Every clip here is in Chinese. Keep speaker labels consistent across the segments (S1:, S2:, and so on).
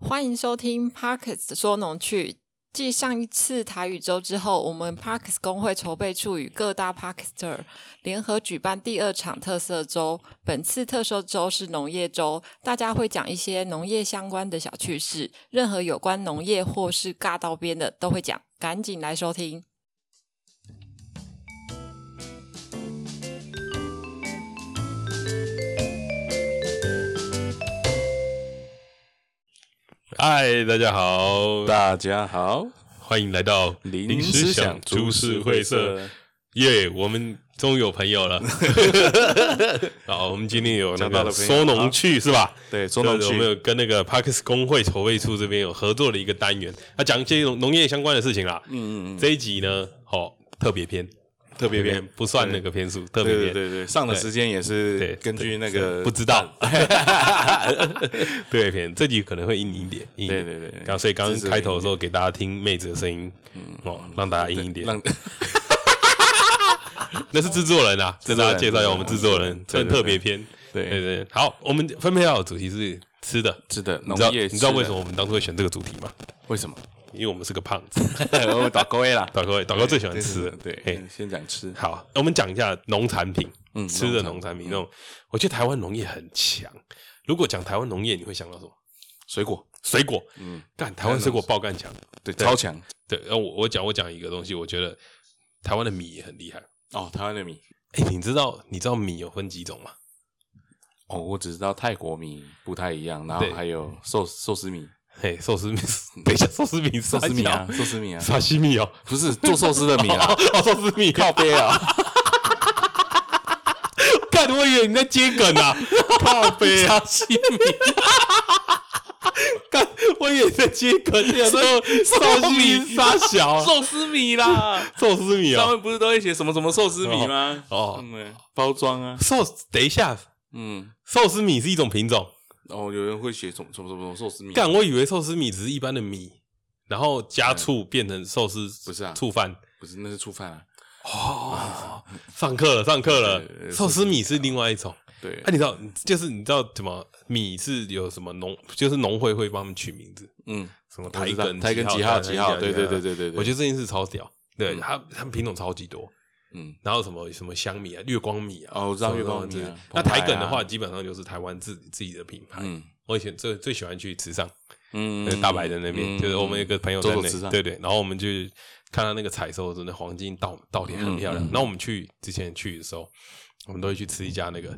S1: 欢迎收听 Parkes 说农趣。继上一次台语周之后，我们 Parkes 工会筹备处与各大 Parkster 联合举办第二场特色周。本次特色周是农业周，大家会讲一些农业相关的小趣事，任何有关农业或是尬到边的都会讲，赶紧来收听。
S2: 嗨，大家好，
S3: 大家好，
S2: 欢迎来到
S3: 临
S2: 时
S3: 时想
S2: 株
S3: 株
S2: 式
S3: 式
S2: 会
S3: 会
S2: 社，
S3: 社，
S2: 耶、我们终于有朋友 了。好，我们今天有那
S3: 交到
S2: 个
S3: 了朋友
S2: 说农趣是吧？
S3: 对，中农
S2: 对我
S3: 区
S2: 们有跟那个 Parkes 工会筹备处这边有合作的一个单元，他讲一些农农业相关的事情啦。嗯嗯这一集呢，哦，特别篇，
S3: 特别篇
S2: 篇，不算那
S3: 对
S2: 个篇数，特别
S3: 对
S2: 篇。
S3: 对对对，上的时间也
S2: 对
S3: 是根据那个
S2: 不知 道， 对片这集可能会硬一点，硬一点
S3: 对对对
S2: 然后所以刚刚
S3: 这是
S2: 开头的时候给大家听妹子的声音，哦，让大家硬一点。
S3: 嗯让
S2: 那是制作人啊，跟
S3: 作
S2: 大
S3: 人
S2: 家介绍一下我们制作人，
S3: 对对对
S2: 这特别篇。
S3: 对
S2: 对对，好，我们分配好的主题是吃的，
S3: 是的
S2: 你知道
S3: 农业
S2: 你知道
S3: 吃的
S2: 为什么我们当初会选这个主题吗？
S3: 为什么？
S2: 因为我们是个胖 子，
S3: 我打勾 A 啦，
S2: 导哥导哥最喜欢
S3: 这
S2: 吃
S3: 是
S2: 的，嘿
S3: 对，先讲吃，
S2: 好，我们讲一下农产品，
S3: 嗯
S2: 吃的农产品那种。我觉得台湾农业很强。如果讲台湾农业，你会想到什么？
S3: 水果，
S2: 水果，嗯，干台湾水果爆干强。
S3: 对，超强
S2: 对，然后我我讲我讲一个东西，我觉得台湾的米也很厉害。
S3: 哦，台湾的米
S2: 哎，你知道你知道米有分几种吗？
S3: 哦，我只知道泰国米不太一样，然后
S2: 对
S3: 还有寿寿司米，
S2: 嘿，寿司米， 等一下，寿司米，
S3: 寿司米啊
S2: 沙，
S3: 寿司米啊
S2: 小，沙西米哦，
S3: 不是做寿司的米啊
S2: 哦，哦，寿司米，
S3: 靠背啊，
S2: 干，我以为你在接梗啊，靠背啊，
S3: 西米，
S2: 干，我以为你在接梗，你想说
S3: 寿
S2: 沙西米
S3: 米
S2: 沙小啊，
S3: 寿司米啦。
S2: 寿司米
S3: 上
S2: 哦，
S3: 面不是都会写什么什么寿司米吗？
S2: 哦
S3: 嗯，包装啊，
S2: 寿，等一下，
S3: 嗯，
S2: 寿司米是一种品种。
S3: 哦，有人会写什么什么什么寿司米，
S2: 干，我以为寿司米只是一般的米，然后加醋变成寿司，
S3: 哎不是啊
S2: 醋饭。
S3: 不是，那是触犯啊，
S2: 哦，上课了，上课
S3: 对对
S2: 了。
S3: 对
S2: 寿司米是另外一种。
S3: 对
S2: 啊，，你知道，就是你知道怎么米是有什么农，就是农会会帮他们取名字，
S3: 嗯，
S2: 什么
S3: 我
S2: 台
S3: 知道
S2: 梗、
S3: 台根几号几号，对对对对对对，
S2: 我觉得这件事超屌，对
S3: 嗯
S2: 他他们品种超级多。
S3: 嗯，
S2: 然后什么什么香米啊、月光米啊，
S3: 哦我知道
S2: 什么
S3: 月光米啊
S2: 什么之类
S3: 澎
S2: 那
S3: 湃啊
S2: 台梗的话，基本上就是台湾自己自己的品牌。
S3: 嗯
S2: 我以前最最喜欢去池上，
S3: 嗯
S2: 对，呃大白的那边，
S3: 嗯
S2: 就是我们有个朋友在
S3: 走走
S2: 那
S3: 吃，上
S2: 对对，然后我们就看到那个采收，真的黄金稻稻田
S3: 嗯
S2: 很漂亮。然后我们去之前去的时候，我们都会去吃一家那个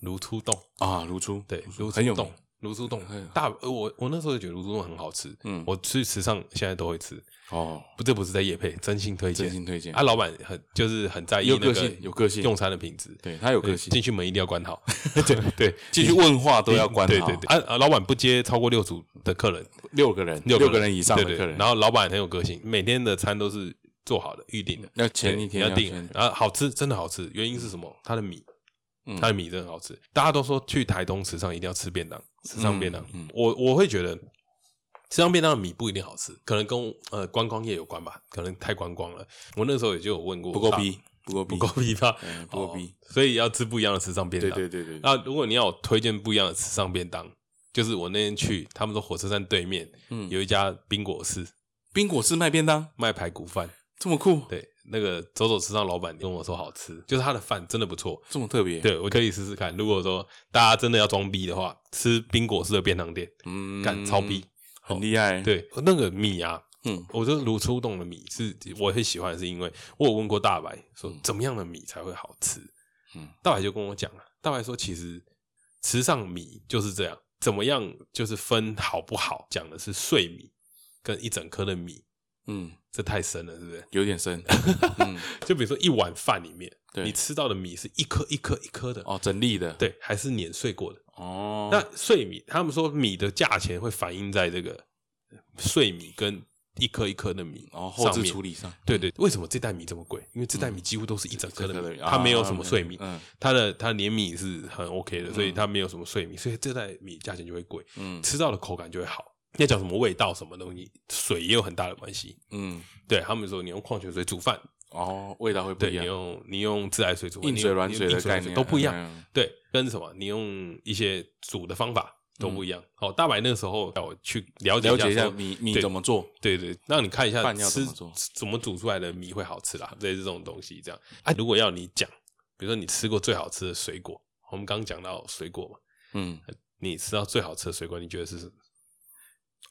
S2: 如初洞，
S3: 啊，如初，
S2: 对，如
S3: 很
S2: 初
S3: 有
S2: 洞
S3: 名，
S2: 如初洞
S3: 很
S2: 大，呃我我那时候就觉得如初洞很好吃，
S3: 嗯
S2: 我去池上现在都会吃，
S3: 哦，
S2: 不，这不是在夜配，真心推
S3: 真
S2: 荐。
S3: 心推荐
S2: 啊，，老板很就是很在意
S3: 有
S2: 那
S3: 个
S2: 个
S3: 性有个性
S2: 用餐的品质，
S3: 对他有个
S2: 对
S3: 性，
S2: 进去门一定要关 好，对对，
S3: 继续问话都要关
S2: 对
S3: 好
S2: 对对，啊啊，老板不接超过六组的客人，
S3: 六个人
S2: 六
S3: 六个人以上的
S2: 对对
S3: 客人，
S2: 然后老板很有个性，每天的餐都是做好的、预定的，
S3: 要前一天
S2: 对你要
S3: 先嗯
S2: 定，然后好吃，真的好吃。原因是什么？它的米，它的米真的好吃。大家都说去台东池上一定要吃便当，
S3: 嗯
S2: 池上便当，我我会觉得。池上便当的米不一定好吃，可能跟呃观光业有关吧，可能太观光了。我那时候也就有问过，
S3: 不够
S2: 大
S3: 逼，不够逼，
S2: 不够逼吧
S3: 嗯， 不够逼
S2: 哦所以要吃不一样的啊时尚便
S3: 对
S2: 当。
S3: 对对对，对
S2: 那如果你要我推荐不一样的时尚便当，就是我那天去，他们说火车站对面，嗯，有一家冰果室
S3: 冰果是卖便当，
S2: 卖排骨饭，
S3: 这么酷，
S2: 对，那个走走时尚老板跟我说好吃，就是他的饭真的不错，
S3: 这么特别，，
S2: 对我可以试试看。如果说大家真的要装逼的话，吃冰果室的便当店，
S3: 嗯
S2: 干超逼。哦
S3: 很厉害，，
S2: 对，那个米啊，
S3: 嗯，
S2: 我觉得卤出洞的米是我很喜欢，是因为我有问过大白说怎么样的米才会好吃，
S3: 嗯
S2: 大白就跟我讲了，大白说其实池上米就是这样，怎么样就是分好不好，讲的是碎米跟一整颗的米，
S3: 嗯，
S2: 这太深了，是不是？
S3: 有 点深，嗯
S2: 就比如说一碗饭里面，
S3: 对
S2: 你吃到的米是一颗一颗一颗的，
S3: 哦，整粒的，
S2: 对，还是碾碎过的。
S3: 哦，
S2: 那碎米，他们说米的价钱会反映在这个碎米跟一颗一颗的米
S3: 然后哦后
S2: 上
S3: 置
S2: 面
S3: 处理上，
S2: 对对，为什么这袋米这么贵？因为这袋米几乎都是一整颗的
S3: 一整颗
S2: 米
S3: 的，米
S2: 它没有
S3: 啊
S2: 什么碎米
S3: 嗯，
S2: 它的它黏米是很 OK 的，所以它没有什么碎米，所以这袋米价钱就会贵，
S3: 嗯
S2: 吃到的口感就会好。要讲什么味道什么东西，水也有很大的关系。
S3: 嗯，
S2: 对他们说，你用矿泉水煮饭，
S3: 哦，味道会不
S2: 对
S3: 一
S2: 你
S3: 样，
S2: 用你用自来水煮饭，
S3: 硬
S2: 你
S3: 水
S2: 用
S3: 软
S2: 你用
S3: 水
S2: 硬
S3: 的概嗯
S2: 软水
S3: 念
S2: 都不一样。
S3: 嗯
S2: 对，跟什么你用一些煮的方法都不一样。哦，大白那个时候要去了解
S3: 了解一
S2: 下
S3: 下
S2: 说
S3: 米米
S2: 对
S3: 怎么做。
S2: 对对，让你看一下
S3: 饭要
S2: 吃
S3: 怎么做
S2: 怎么煮出来的米会好吃啦，类似这种东西这样。啊，如果要你讲，比如说你吃过最好吃的水果，我们刚刚讲到水果嘛，
S3: 嗯，
S2: 你吃到最好吃的水果，你觉得是什么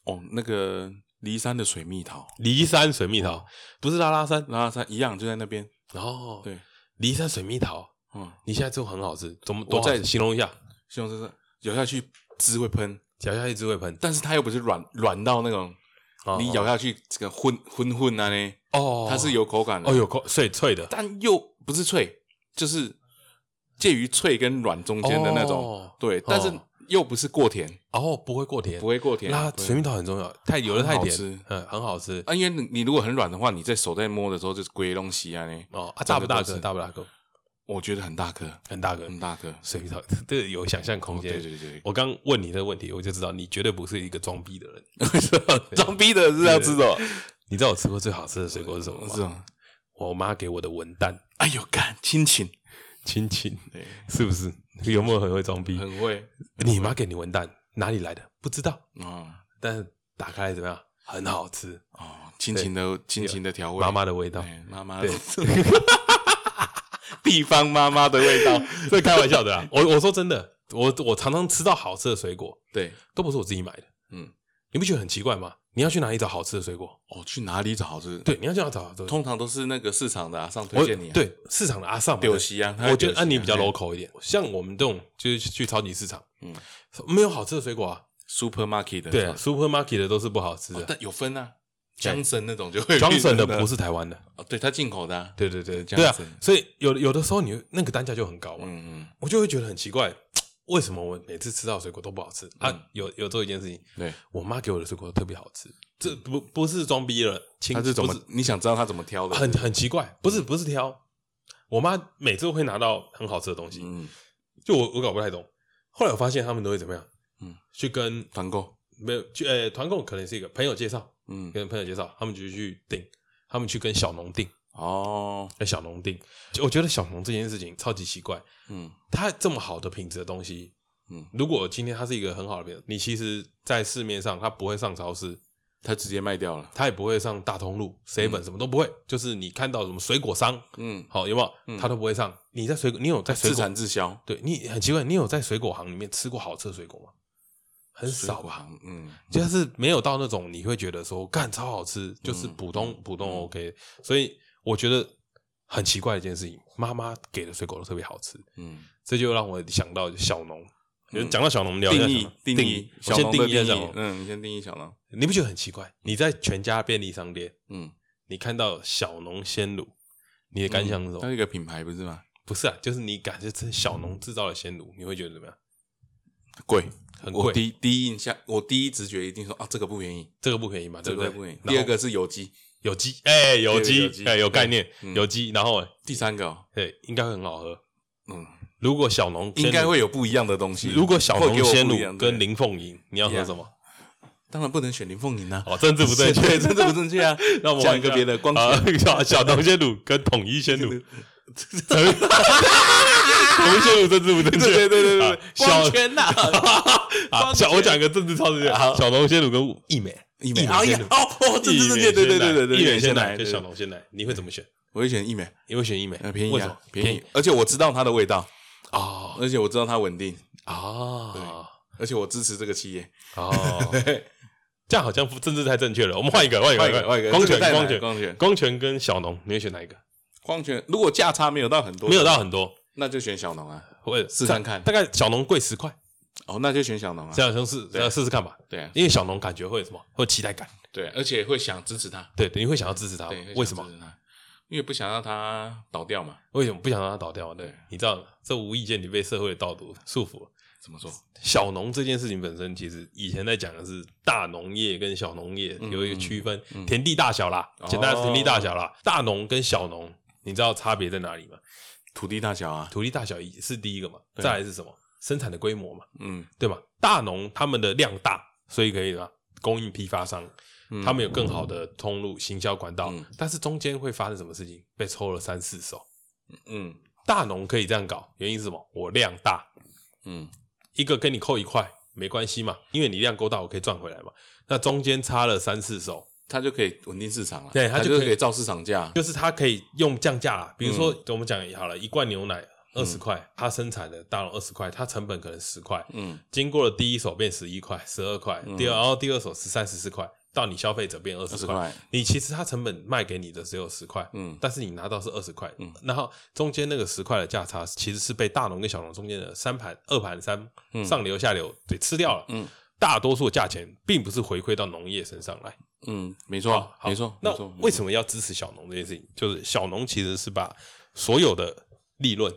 S3: 哦，那个骊山的水蜜桃，
S2: 骊山水蜜桃，不是拉拉山
S3: 然后它一样就在那边。
S2: 哦，
S3: 对，
S2: 骊山水蜜桃，
S3: 嗯，
S2: 你现在做很好吃，怎么多
S3: 我
S2: 好吃
S3: 在
S2: 形容一下？
S3: 西红柿是咬下去汁会喷，
S2: 咬下去只会喷，
S3: 但是它又不是软软到那种，
S2: 哦
S3: 你咬下去这个混混混啊呢，
S2: 哦，
S3: 它是有口感的。
S2: 哦有口脆脆的，
S3: 但又不是脆，就是介于脆跟软中间的那种。
S2: 哦
S3: 对，但是又不是过甜，
S2: 哦不会过甜，
S3: 不会过甜。
S2: 拉
S3: 对
S2: 水蜜桃很重要，太有的太
S3: 很好
S2: 甜
S3: 吃，
S2: 嗯，很好吃
S3: 啊，因为你你如果很软的话，你在手在摸的时候就是鬼东西啊呢。
S2: 哦，啊大不大
S3: 真
S2: 颗？
S3: 的
S2: 大不大颗？
S3: 我觉得很大颗，
S2: 很大颗，
S3: 很大颗。
S2: 水蜜桃， 这个有想象空间。
S3: 嗯哦对对对，
S2: 我刚问你这个问题，我就知道你绝对不是一个装逼的人。
S3: 装逼的是要吃的，
S2: 你知道我吃过最好吃的水果是什么吗？
S3: 嗯是啊吗？
S2: 我妈给我的文旦
S3: 哎呦，干亲情，
S2: 亲亲，
S3: 对，
S2: 是不是？有没有很会装逼？
S3: 很会
S2: 你妈给你文旦哪里来的？不知道，
S3: 哦
S2: 但是打开来怎么样？很好吃，
S3: 哦，亲情的亲情的调味，
S2: 妈妈的味道。
S3: 哎妈妈的， 地方妈妈的 味道，
S2: 这开玩笑的啦，我我说真的，我我常常吃到好吃的水果，
S3: 对，
S2: 都不是我自己买的。
S3: 嗯，
S2: 你不觉得很奇怪吗？你要去哪里找好吃的水果？
S3: 哦，去哪里找好吃？，
S2: 对，你要去哪里找好吃的水果？
S3: 通常都是那个市场的啊，上推
S2: 我
S3: 荐你啊，
S2: 对市场的阿萨姆的
S3: 丢西啊，
S2: 我觉得安妮比较
S3: 柔
S2: local 一点，像我们这种就是去超级市场，嗯
S3: 嗯，
S2: 没有好吃的水果啊，
S3: supermarket 的，
S2: 对啊，supermarket 的都是不好吃
S3: 哦
S2: 的。
S3: 但有分啊
S2: 对
S3: ，Johnson 那种就会
S2: Johnson 的
S3: 变成
S2: 不是台湾的，
S3: 哦，对，它进口的啊，
S2: 对对对，
S3: Johnson
S2: 对啊，所以有有的时候你会那个单价就很高嘛，
S3: 嗯嗯，
S2: 我就会觉得很奇怪，为什么我每次吃到的水果都不好吃
S3: 嗯
S2: 啊？有有做一件事情，
S3: 对，
S2: 我妈给我的水果都特别好吃，这不不是装逼了，亲
S3: 它是怎
S2: 不
S3: 么？你想知道它怎么挑的？
S2: 很很奇怪，不是不是挑，我妈每次都会拿到很好吃的东西，
S3: 嗯，
S2: 就我我搞不太懂。后来我发现他们都会怎么样？
S3: 嗯，
S2: 去跟
S3: 团购，
S2: 没有去呃团购可能是一个朋友介绍，
S3: 嗯，
S2: 跟朋友介绍，他们就去订，他们去跟小农订，
S3: 哦，
S2: 跟小农订。就我觉得小农这件事情超级奇怪，
S3: 嗯
S2: 它这么好的品质的东西，
S3: 嗯，
S2: 如果今天它是一个很好的品质，你其实在市面上它不会上超市，
S3: 它直接卖掉了，
S2: 它也不会上大通路、seven 什么都不会，就是你看到什么水果商，
S3: 嗯，
S2: 好有没有？
S3: 嗯
S2: 它都不会上。你在水果，你有在水
S3: 自
S2: 果
S3: 产自销，
S2: 对你很奇怪，你有在水果行里面吃过好吃的水果吗？很少
S3: 水果
S2: 吧，
S3: 行，嗯
S2: 就是没有到那种你会觉得说干超好吃，就是普通、
S3: 嗯
S2: 普通 OK、所以我觉得很奇怪的一件事情，妈妈给的水果都特别好吃，
S3: 嗯，
S2: 这就让我想到小农。嗯、讲到小农，你要
S3: 定
S2: 讲
S3: 义
S2: 什么
S3: 定义，
S2: 我
S3: 小
S2: 先
S3: 农
S2: 定
S3: 的
S2: 义一下小
S3: 定义，
S2: 农。
S3: 嗯，你先定义小农，
S2: 你不觉得很奇怪？你在全家便利商店，
S3: 嗯，
S2: 你看到小农鲜乳，你的感想是什么？
S3: 它是一个品牌不是吗？
S2: 不是啊，就是你感觉吃小农制造的鲜乳，你会觉得怎么样？
S3: 贵，
S2: 很
S3: 我
S2: 贵，
S3: 第第一印象，我第一直觉一定说啊，这个不便宜，
S2: 这个不便宜嘛，
S3: 这
S2: 对不
S3: 个
S2: 对？
S3: 不便宜。
S2: 然后
S3: 第二个是有机，
S2: 有机，哎、有
S3: 对有
S2: 机，
S3: 机
S2: 哎、有概念，
S3: 嗯
S2: 有机，然后
S3: 第三个哦，
S2: 对，应该会很好喝。
S3: 嗯，
S2: 如果小农
S3: 应该
S2: 鲜乳，
S3: 会有不一样的东西。
S2: 如果小农
S3: 会给我
S2: 鲜
S3: 不一样
S2: 乳跟，
S3: 对
S2: 林凤营，你要喝什么？
S3: 当然不能选林凤营啊，
S2: 哦，政治不正确，。
S3: 对，真的不正 确啊
S2: 让我们
S3: 讲
S2: 玩
S3: 一个别的，光
S2: 啊
S3: 甜，
S2: 小小农鲜乳跟统一鲜乳， 统一统一鲜乳政治不正确，
S3: 对对对对
S2: 啊
S3: 对，
S2: 小
S3: 光圈呐，
S2: 啊，小我讲个政治超正确，小农鲜乳跟益美，
S3: 一美，
S2: 益美
S3: 哎呀
S2: 鲜乳，
S3: 哦哦，对对对对对对对对对，
S2: 益美鲜奶
S3: 奶
S2: 跟小，农鲜奶，你会怎么选？
S3: 我会选一美，
S2: 你会选益美
S3: 呃，便宜
S2: 为什么
S3: 啊，便宜，而哦且我知道它的味道，
S2: 啊
S3: 而且我知道它稳定，哦
S2: 啊
S3: 而且我支持这个企业。
S2: 哦， 这样好像政治太正确了，我们换一个，换一个，
S3: 换一个换一个
S2: 光
S3: 这
S2: 权，
S3: 个太难
S2: 光权，
S3: 光权
S2: 光权跟小农，你会选哪一个？
S3: 光权如果价差没有到很多，
S2: 没有到，很多，
S3: 那就选小农啊。
S2: 我也
S3: 试看看
S2: 大概小农贵十块，
S3: 哦，那就选小农啊。
S2: 这样先试，呃试试看吧。
S3: 对啊，
S2: 因为小农感觉会有什么？会有期待感，
S3: 对，啊而且会想支持他。
S2: 对，你会想要支持他
S3: 对，会，想
S2: 为什么
S3: 支？持他？因为不想让他倒掉嘛。
S2: 为什么不想让他倒掉？对
S3: 对，
S2: 你知道，这无意间你被社会的道德束缚了。
S3: 怎么说？
S2: 小农这件事情本身，其实以前在讲的是大农业跟小农业有一个区分，田地大小啦，
S3: 嗯哦
S2: 简单的田地大小啦，大农跟小农，你知道差别在哪里吗？
S3: 土地大小啊，
S2: 土地大小一是第一个嘛，
S3: 对
S2: 再来是什么？生产的规模嘛，
S3: 嗯，
S2: 对吧？大农他们的量大，所以可以吧？供应批发商，
S3: 嗯
S2: 他们有更好的通路、行销管道，
S3: 嗯
S2: 但是中间会发生什么事情？被抽了三四手。
S3: 嗯
S2: 大农可以这样搞，原因是什么？我量大，
S3: 嗯
S2: 一个跟你扣一块，没关系嘛，因为你量够大，我可以赚回来嘛。那中间差了三四手，
S3: 它就可以稳定市场了，
S2: 对它
S3: 它
S2: 就
S3: 就
S2: 可以
S3: 可以照市场价，
S2: 就是它可以用降价啦，比如说、
S3: 嗯
S2: 我们讲好了，一罐牛奶二十块，它生产的大容二十块，它成本可能十块，
S3: 嗯，
S2: 经过了第一手变十一块、十二块，第二然后第二手十三、十四块，到你消费者变二
S3: 二
S2: 十
S3: 十
S2: 块，
S3: 块，
S2: 你其实它成本卖给你的只有十块，
S3: 嗯
S2: 但是你拿到是二十块，
S3: 嗯
S2: 然后中间那个十块的价差其实是被大农跟小农中间的三盘、二盘、三
S3: 嗯
S2: 上流下流给吃掉了，
S3: 嗯，
S2: 大多数价钱并不是回馈到农业身上来，
S3: 嗯，没错，
S2: 好
S3: 没错，
S2: 那
S3: 没错
S2: 为什么要支持小农这件事情？就是小农其实是把所有的利润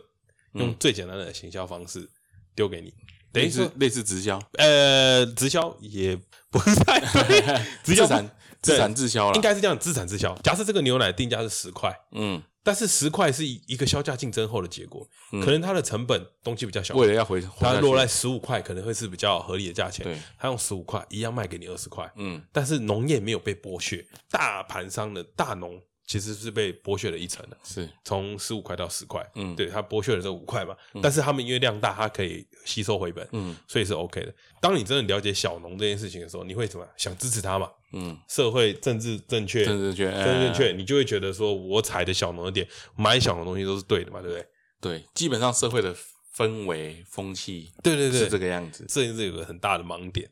S2: 用最简单的行销方式丢给你，
S3: 嗯
S2: 等于
S3: 类
S2: 说
S3: 似类似直销，
S2: 呃，直销也不太 对， 直销不
S3: 自产自产自销了，
S2: 应该是这样，自产自销。假设这个牛奶定价是十块，
S3: 嗯，
S2: 但是十块是一个销价竞争后的结果，可能它的成本东西比较小，
S3: 为了要回，活
S2: 它
S3: 下去
S2: 落在十五块可能会是比较合理的价钱
S3: 对，
S2: 它用十五块一样卖给你二十块，
S3: 嗯
S2: 但是农业没有被剥削，大盘商的大农其实是被剥削了一层的。
S3: 是
S2: 从十五块到十块，
S3: 嗯
S2: 对他剥削了这五块嘛，但是他们因为量大，它可以吸收回本，
S3: 嗯
S2: 所以是 OK 的。当你真的了解小农这件事情的时候，你会怎么样想支持他嘛？
S3: 嗯，
S2: 社会政治正确，
S3: 政治正确，
S2: 政治正
S3: 哎
S2: 确，你就会觉得说我踩的小农的点，买小农的东西都是对的嘛，对不对？
S3: 对，基本上社会的氛围风气
S2: 对对
S3: 是
S2: 这
S3: 这
S2: 个
S3: 个样子，
S2: 这是有个很大的盲点。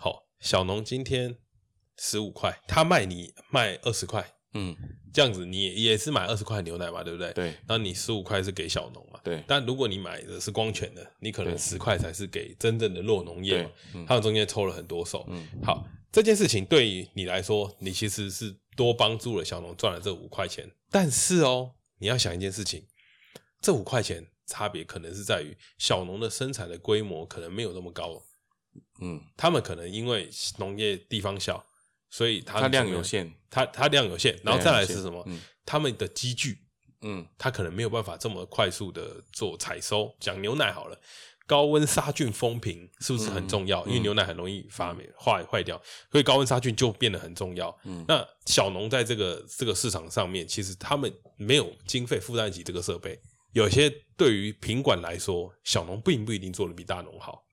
S2: 好，小农今天十五块，他卖你卖二十块，
S3: 嗯，
S2: 这样子你也也是买二十块牛奶嘛，对不对？。
S3: 对
S2: 然后你十五块是给小农嘛，
S3: 对
S2: 但如果你买的是光权的，你可能
S3: 对
S2: 十块才是给真正的弱农业嘛
S3: 对，嗯
S2: 他们中间抽了很多手。
S3: 嗯
S2: 好，这件事情对于你来说，你其实是多帮助了小农赚了这五块钱。但是哦，你要想一件事情，这五块钱差别可能是在于小农的生产的规模可能没有那么高，
S3: 嗯，
S2: 他们可能因为农业地方小，所以他
S3: 它量有，限，
S2: 他他量有限，然后再来是什么？
S3: 嗯
S2: 他们的机具
S3: 嗯
S2: 它可能没有办法这么快速的做采收。讲牛奶好了，高温杀菌封瓶是不是很重要？
S3: 嗯
S2: 因为牛奶很容易发霉、坏坏掉，所以高温杀菌就变得很重要。
S3: 嗯
S2: 那小农在这个这个市场上面，其实他们没有经费负担起这个设备。有些对于品管来说，小农并不一定做的比大农好。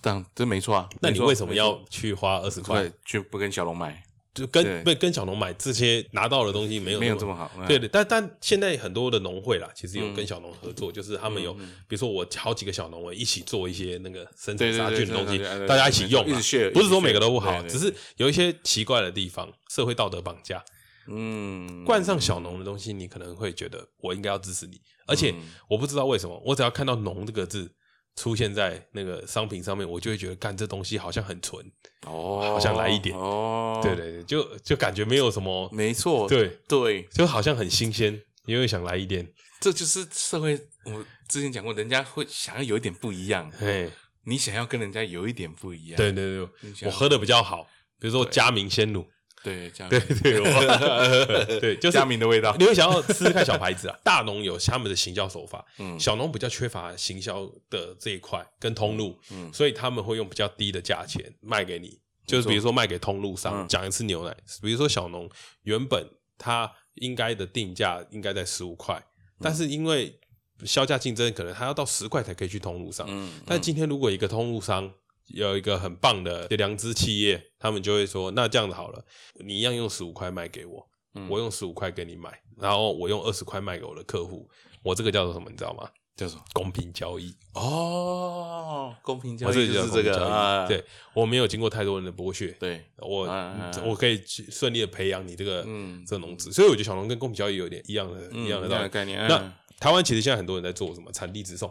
S3: 但这没错啊。
S2: 那你
S3: 没错
S2: 为什么
S3: 没
S2: 要
S3: 错
S2: 去花二十块
S3: 对？去不跟小龙买？
S2: 就跟
S3: 对
S2: 被跟小农买这些拿到的东西没有
S3: 没有
S2: 那
S3: 这么好，
S2: 对
S3: 嗯
S2: 对，但但现在很多的农会啦，其实有
S3: 嗯
S2: 跟小农合作，就是他们有，
S3: 嗯嗯
S2: 比如说我好几个小农，我一起做一些那个生
S3: 对
S2: 产杀
S3: 对对
S2: 菌的东
S3: 对
S2: 西
S3: 对对，对
S2: 大家一起用
S3: 一
S2: 嘛
S3: 直 share，，
S2: 不是
S3: 一直
S2: 说每个都不
S3: share，
S2: 好，
S3: 对对
S2: 只是有一些奇怪的地方，社会道德绑架，
S3: 嗯，
S2: 冠上小农的东西，你可能会觉得我应该要支持你，而且
S3: 嗯
S2: 我不知道为什么，我只要看到“农”这个字出现在那个商品上面，我就会觉得干这东西好像很纯，
S3: 哦，
S2: 好像来一点
S3: 哦，
S2: 对，对对，就就感觉没有什么，
S3: 没错，
S2: 对，
S3: 对，
S2: 就好像很新鲜，因为想来一点，
S3: 这就是社会。我之前讲过，人家会想要有一点不一样，
S2: 哎。
S3: 你想要跟人家有一点不一样，
S2: 对对
S3: 你
S2: 对，
S3: 想
S2: 我喝的比较好，比如说佳明鲜乳，
S3: 对，这样
S2: 对对， 我对，就是
S3: 家明的味道
S2: 你，会想要试试看小牌子啊，大农有他们的行销手法，
S3: 嗯
S2: 小农比较缺乏行销的这一块跟通路，
S3: 嗯
S2: 所以他们会用比较低的价钱卖给你，就是比如说卖给通路商。
S3: 嗯
S2: 讲一次牛奶，比如说小农原本他应该的定价应该在十五块，
S3: 嗯
S2: 但是因为销价竞争，可能他要到十块才可以去通路商，
S3: 嗯，
S2: 但今天如果一个通路商有一个很棒的良知企业，他们就会说，那这样子好了，你一样用十五块卖给我，
S3: 嗯
S2: 我用十五块给你买，然后我用二十块卖给我的客户，我这个叫做什么？你知道吗？
S3: 叫什么？
S2: 公平交易，
S3: 哦，公平交
S2: 我
S3: 易
S2: 个
S3: 就
S2: 叫
S3: 是
S2: 公
S3: 这
S2: 平交
S3: 个
S2: 易
S3: 啊，
S2: 对我没有经过太多人的剥削，
S3: 对，
S2: 我、
S3: 啊啊啊
S2: 我可以去顺利的培养你这个、
S3: 嗯
S2: 这农资，所以我觉得小农跟公平交易有点一样的、
S3: 嗯
S2: 一样的道
S3: 一
S2: 理
S3: 的概念。嗯
S2: 那
S3: 那
S2: 台湾其实现在很多人在做什么产地直送，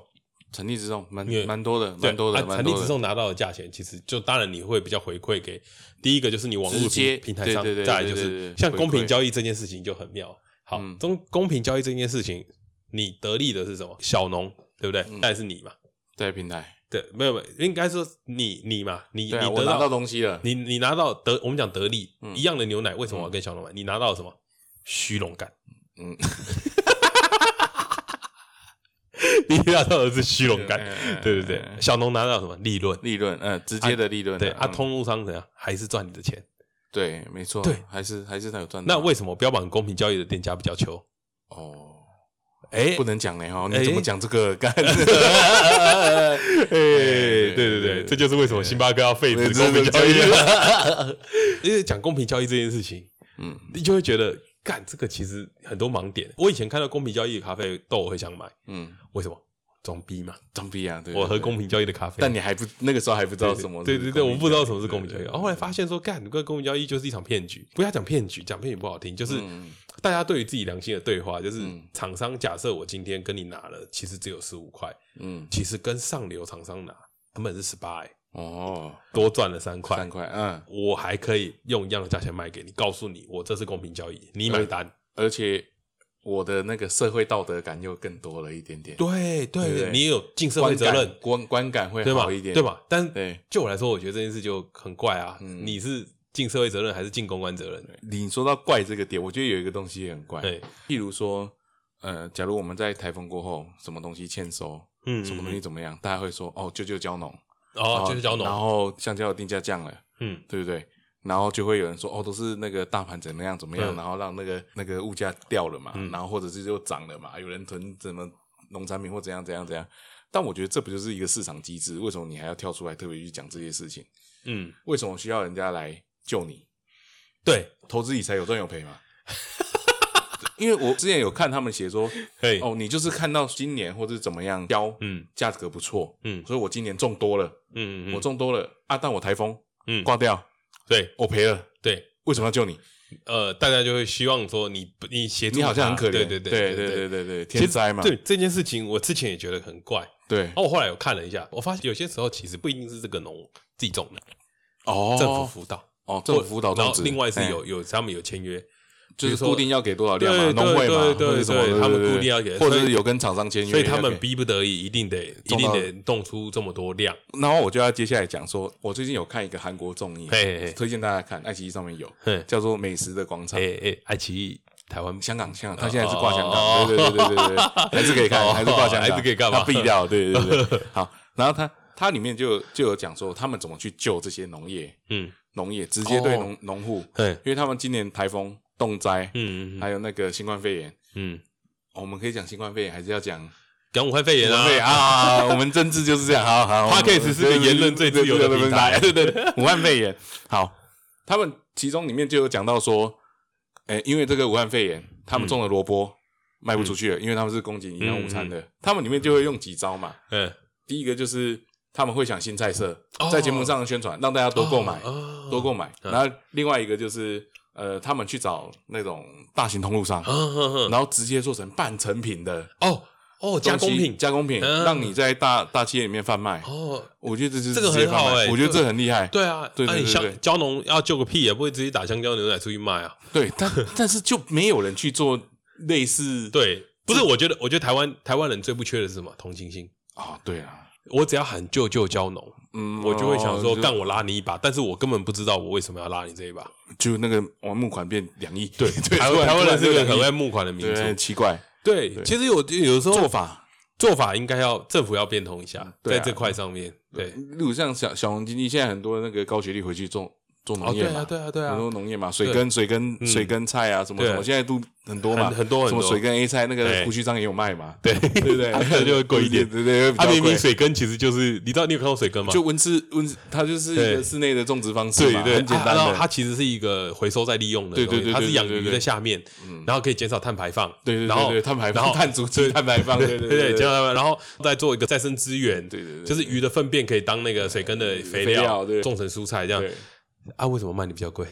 S3: 产地直送蛮
S2: 因为
S3: 蛮多的，
S2: 对
S3: 蛮多
S2: 啊
S3: 的，蛮
S2: 产地
S3: 多
S2: 直
S3: 的。
S2: 送拿到的价钱，其实就当然你会比较回馈给第一个就是你网络
S3: 直接
S2: 平平台上，
S3: 对对对
S2: 再来就
S3: 对对
S2: 是
S3: 对对
S2: 像
S3: 回馈
S2: 公平交易这件事情就很妙。好，
S3: 嗯
S2: 中公平交易这件事情，你得利的是什么？小农对不对？
S3: 嗯
S2: 再来是你嘛？
S3: 对平台，
S2: 对，没有没有，应该说你你嘛，你你
S3: 对啊，我
S2: 得
S3: 拿到东西嗯了，
S2: 你你拿到得我们讲得利一样的牛奶，为什么我要跟小农买？你拿到了什么？虚荣感。
S3: 嗯，
S2: 你拿到的是虚荣感
S3: 嗯嗯嗯 嗯，
S2: 对对对。小农拿到什么利润？
S3: 利润，嗯，直接的利润啊，
S2: 对啊，
S3: 嗯
S2: 通路商怎样还是赚你的钱？
S3: 对，没错，
S2: 对，
S3: 还是还是他有赚到。
S2: 那为什么标榜公平交易的店家比较穷？
S3: 哦，
S2: 哎
S3: 不能讲嘞哈，
S2: 哎
S3: 你怎么讲这个干？哎，对
S2: 对对对，这就是为什么星巴克要废止
S3: 对
S2: 公平交易
S3: 对
S2: 了。 因为讲公平交易这件事情，
S3: 嗯
S2: 你就会觉得，干这个其实很多盲点。我以前看到公平交易的咖啡豆，我会想买，
S3: 嗯，
S2: 为什么？装逼嘛！
S3: 装逼啊！对，
S2: 我喝
S3: 对
S2: 公，平交易的咖啡，
S3: 但你还不那个时候还不知
S2: 对
S3: 道
S2: 对
S3: 什么是
S2: 对对对，我不知道什么是公平交易。
S3: 对对
S2: 然后后来发现说，干，这个公平交易就是一场骗局。不要讲骗局，讲骗局不好听，就是
S3: 嗯
S2: 大家对于自己良心的对话，就是
S3: 嗯
S2: 厂商假设我今天跟你拿了，其实只有十五块，
S3: 嗯
S2: 其实跟上流厂商拿根本是十八，哎，
S3: 哦，
S2: 多赚了三块
S3: 三。块，嗯，
S2: 我还可以用一样的价钱卖给你，告诉你我这是公平交易，你买单。
S3: 而且我的那个社会道德感又更多了一点点，
S2: 对
S3: 对
S2: 对，
S3: 对
S2: 你也有尽社会
S3: 观
S2: 责
S3: 感
S2: 任，
S3: 观观感会
S2: 对吧
S3: 好一？点，
S2: 对？吧？但
S3: 对
S2: 就我来说，我觉得这件事就很怪啊。
S3: 嗯
S2: 你是尽社会责任还是尽公关责任？
S3: 你说到怪这个点，我觉得有一个东西也很怪，
S2: 对，
S3: 譬如说，呃，假如我们在台风过后，什么东西欠收，
S2: 嗯
S3: 什么东西怎么样，大家会说哦，舅舅交农，
S2: 哦，就是交
S3: 然
S2: 农，
S3: 后橡胶的定价降了，
S2: 嗯，
S3: 对不对？然后就会有人说哦，都是那个大盘怎么样怎么样，
S2: 嗯
S3: 然后让那个那个物价掉了嘛，
S2: 嗯
S3: 然后或者是又涨了嘛，有人囤什么农产品或怎样怎样怎样。但我觉得这不就是一个市场机制？为什么你还要跳出来特别去讲这些事情？
S2: 嗯，
S3: 为什么需要人家来救你？
S2: 对，
S3: 投资理财有赚有 赔嘛？因为我之前有看他们写说，
S2: 可以，
S3: 哦，你就是看到今年或者怎么样标，
S2: 嗯
S3: 价格不错，
S2: 嗯
S3: 所以我今年中多了，
S2: 嗯，嗯
S3: 我中多了啊，但我台风
S2: 嗯，
S3: 挂掉，
S2: 对
S3: 我赔了，
S2: 对，
S3: 为什么要救你？
S2: 呃，大家就会希望说你你协助
S3: 你好像很可怜，
S2: 他对
S3: 对
S2: 对对
S3: 对对
S2: 对。
S3: 对对，
S2: 其实
S3: 天灾嘛，
S2: 对这件事情，我之前也觉得很怪。
S3: 对
S2: 哦，我后来有看了一下，我发现有些时候其实不一定是这个农自己种的，
S3: 哦，
S2: 政府辅导，
S3: 哦政府辅导
S2: 然
S3: 种
S2: 后
S3: 植，
S2: 另外是
S3: 哎
S2: 有有他们有签约，比
S3: 就
S2: 如
S3: 是
S2: 说
S3: 固定要给多少量嘛，
S2: 对对
S3: 农会嘛，
S2: 对对
S3: 或者什么
S2: 对
S3: 的，
S2: 他们
S3: 对对
S2: 固定要给
S3: 或者
S2: 所
S3: 是
S2: 以
S3: 有跟厂商签约，
S2: 所以他
S3: 要
S2: 们
S3: 给。
S2: 逼不得已，一定得一
S3: 种
S2: 定
S3: 到
S2: 得弄出这么多量。
S3: 然后我就要接下来讲说，我最近有看一个韩国综艺
S2: 嘿嘿嘿，
S3: 推荐大家看，爱奇艺上面有
S2: 哼，
S3: 叫做《美食的广场》。
S2: 哎哎，爱奇艺台湾
S3: 香港，香港，他现在是挂香
S2: 哦
S3: 港，对对对对对对，还是可以
S2: 哦
S3: 看，还是挂香港，
S2: 还是可以看嘛
S3: 他避掉，对对对对。好，然后他他里面就有就有讲说，他们怎么去救这些农业，
S2: 嗯
S3: 农业直接对农农户，
S2: 对
S3: 因为他们今年台风、冻灾，
S2: 嗯嗯
S3: 还有那个新冠肺炎，
S2: 嗯，
S3: 哦我们可以讲新冠肺炎，还是要讲
S2: 讲武汉肺炎
S3: 武汉肺炎
S2: 啊，
S3: 啊？我们政治就是这样，好好。我们
S2: Podcast 是个言论最自由的平台
S3: 对对对，武汉肺炎。好，他们其中里面就有讲到说，哎，因为这个武汉肺炎，他
S2: 嗯
S3: 们种的萝卜卖不出去了，因为他们是供给营养午餐的，他们里面就会用几招嘛。
S2: 嗯，
S3: 第一个就是他们会想新菜色
S2: 哦，
S3: 在节目上宣传，让大家多购买。
S2: 哦
S3: 多购买。然后另外一个就是，呃，他们去找那种大型通路商，
S2: 啊哼哼
S3: 然后直接做成半成品的
S2: 哦哦，加工
S3: 东西
S2: 品
S3: 加工品，
S2: 嗯
S3: 让你在大大企业里面贩卖。
S2: 哦，
S3: 我觉得这是
S2: 这个
S3: 直接
S2: 很好
S3: 贩卖
S2: 欸
S3: 我觉得
S2: 这个
S3: 这很厉害。
S2: 对啊，
S3: 对
S2: 那
S3: 对
S2: 你
S3: 对
S2: 香
S3: 对
S2: 蕉农要救个屁，也不会直接打香蕉牛奶出去卖啊。
S3: 对，但但是就没有人去做类似
S2: 对，不是，我觉得我觉得台湾台湾人最不缺的是什么？同情心。
S3: 啊，对啊，
S2: 我只要喊舅舅蕉农，
S3: 嗯，
S2: 我就会想说，
S3: 哦
S2: 干我拉你一把，但是我根本不知道我为什么要拉你这一把。
S3: 就就那个我募款变两亿，对 对，
S2: 台
S3: 突
S2: 湾
S3: 然
S2: 台湾人
S3: 突
S2: 是个
S3: 然就两
S2: 很
S3: 亿
S2: 爱募款的民
S3: 对
S2: 族，
S3: 奇怪
S2: 对，
S3: 对
S2: 其实有有时候
S3: 做法。
S2: 做法应该要政府要变通一下，
S3: 对
S2: 在
S3: 啊嗯
S2: 这块上面，对，
S3: 例如像小小红经济，现在很多那个高学历回去做做
S2: 哦，
S3: 农业
S2: 对
S3: 嘛，
S2: 啊，对啊，对啊
S3: 很，多农业嘛，水耕、水耕、
S2: 嗯
S3: 水耕菜啊，什么
S2: 对
S3: 什么，现在都很多嘛，
S2: 很很多很
S3: 什
S2: 多
S3: 么水耕 A 菜，那
S2: 对
S3: 个胡须章也有卖嘛，
S2: 对，
S3: 对不对？
S2: 可能就会贵一点
S3: 对对对，
S2: 它啊
S3: 会比
S2: 明
S3: 较贵
S2: 明水根其实就是，你知道你有看过水根吗？
S3: 就温室温室，它就是一
S2: 对
S3: 个室内的种植方式
S2: 对
S3: 嘛，
S2: 对，
S3: 很简
S2: 啊
S3: 单
S2: 然后
S3: 的，
S2: 它其实是一个回收再利用的东
S3: 对
S2: 西，
S3: 对对对
S2: 它是养
S3: 对对
S2: 鱼
S3: 对
S2: 在下面，然后可以减少碳排放，
S3: 对对
S2: 然
S3: 对
S2: 后
S3: 对，碳排
S2: 然后
S3: 放、碳足迹、碳排放，对
S2: 对
S3: 对
S2: 对，
S3: 对
S2: 减少碳排放，然后再做一个再生资源，
S3: 对对对
S2: 就是鱼的粪便可以当那个水根的肥
S3: 肥料对
S2: 种成蔬菜这样
S3: 对
S2: 啊？为什么卖你比较 贵？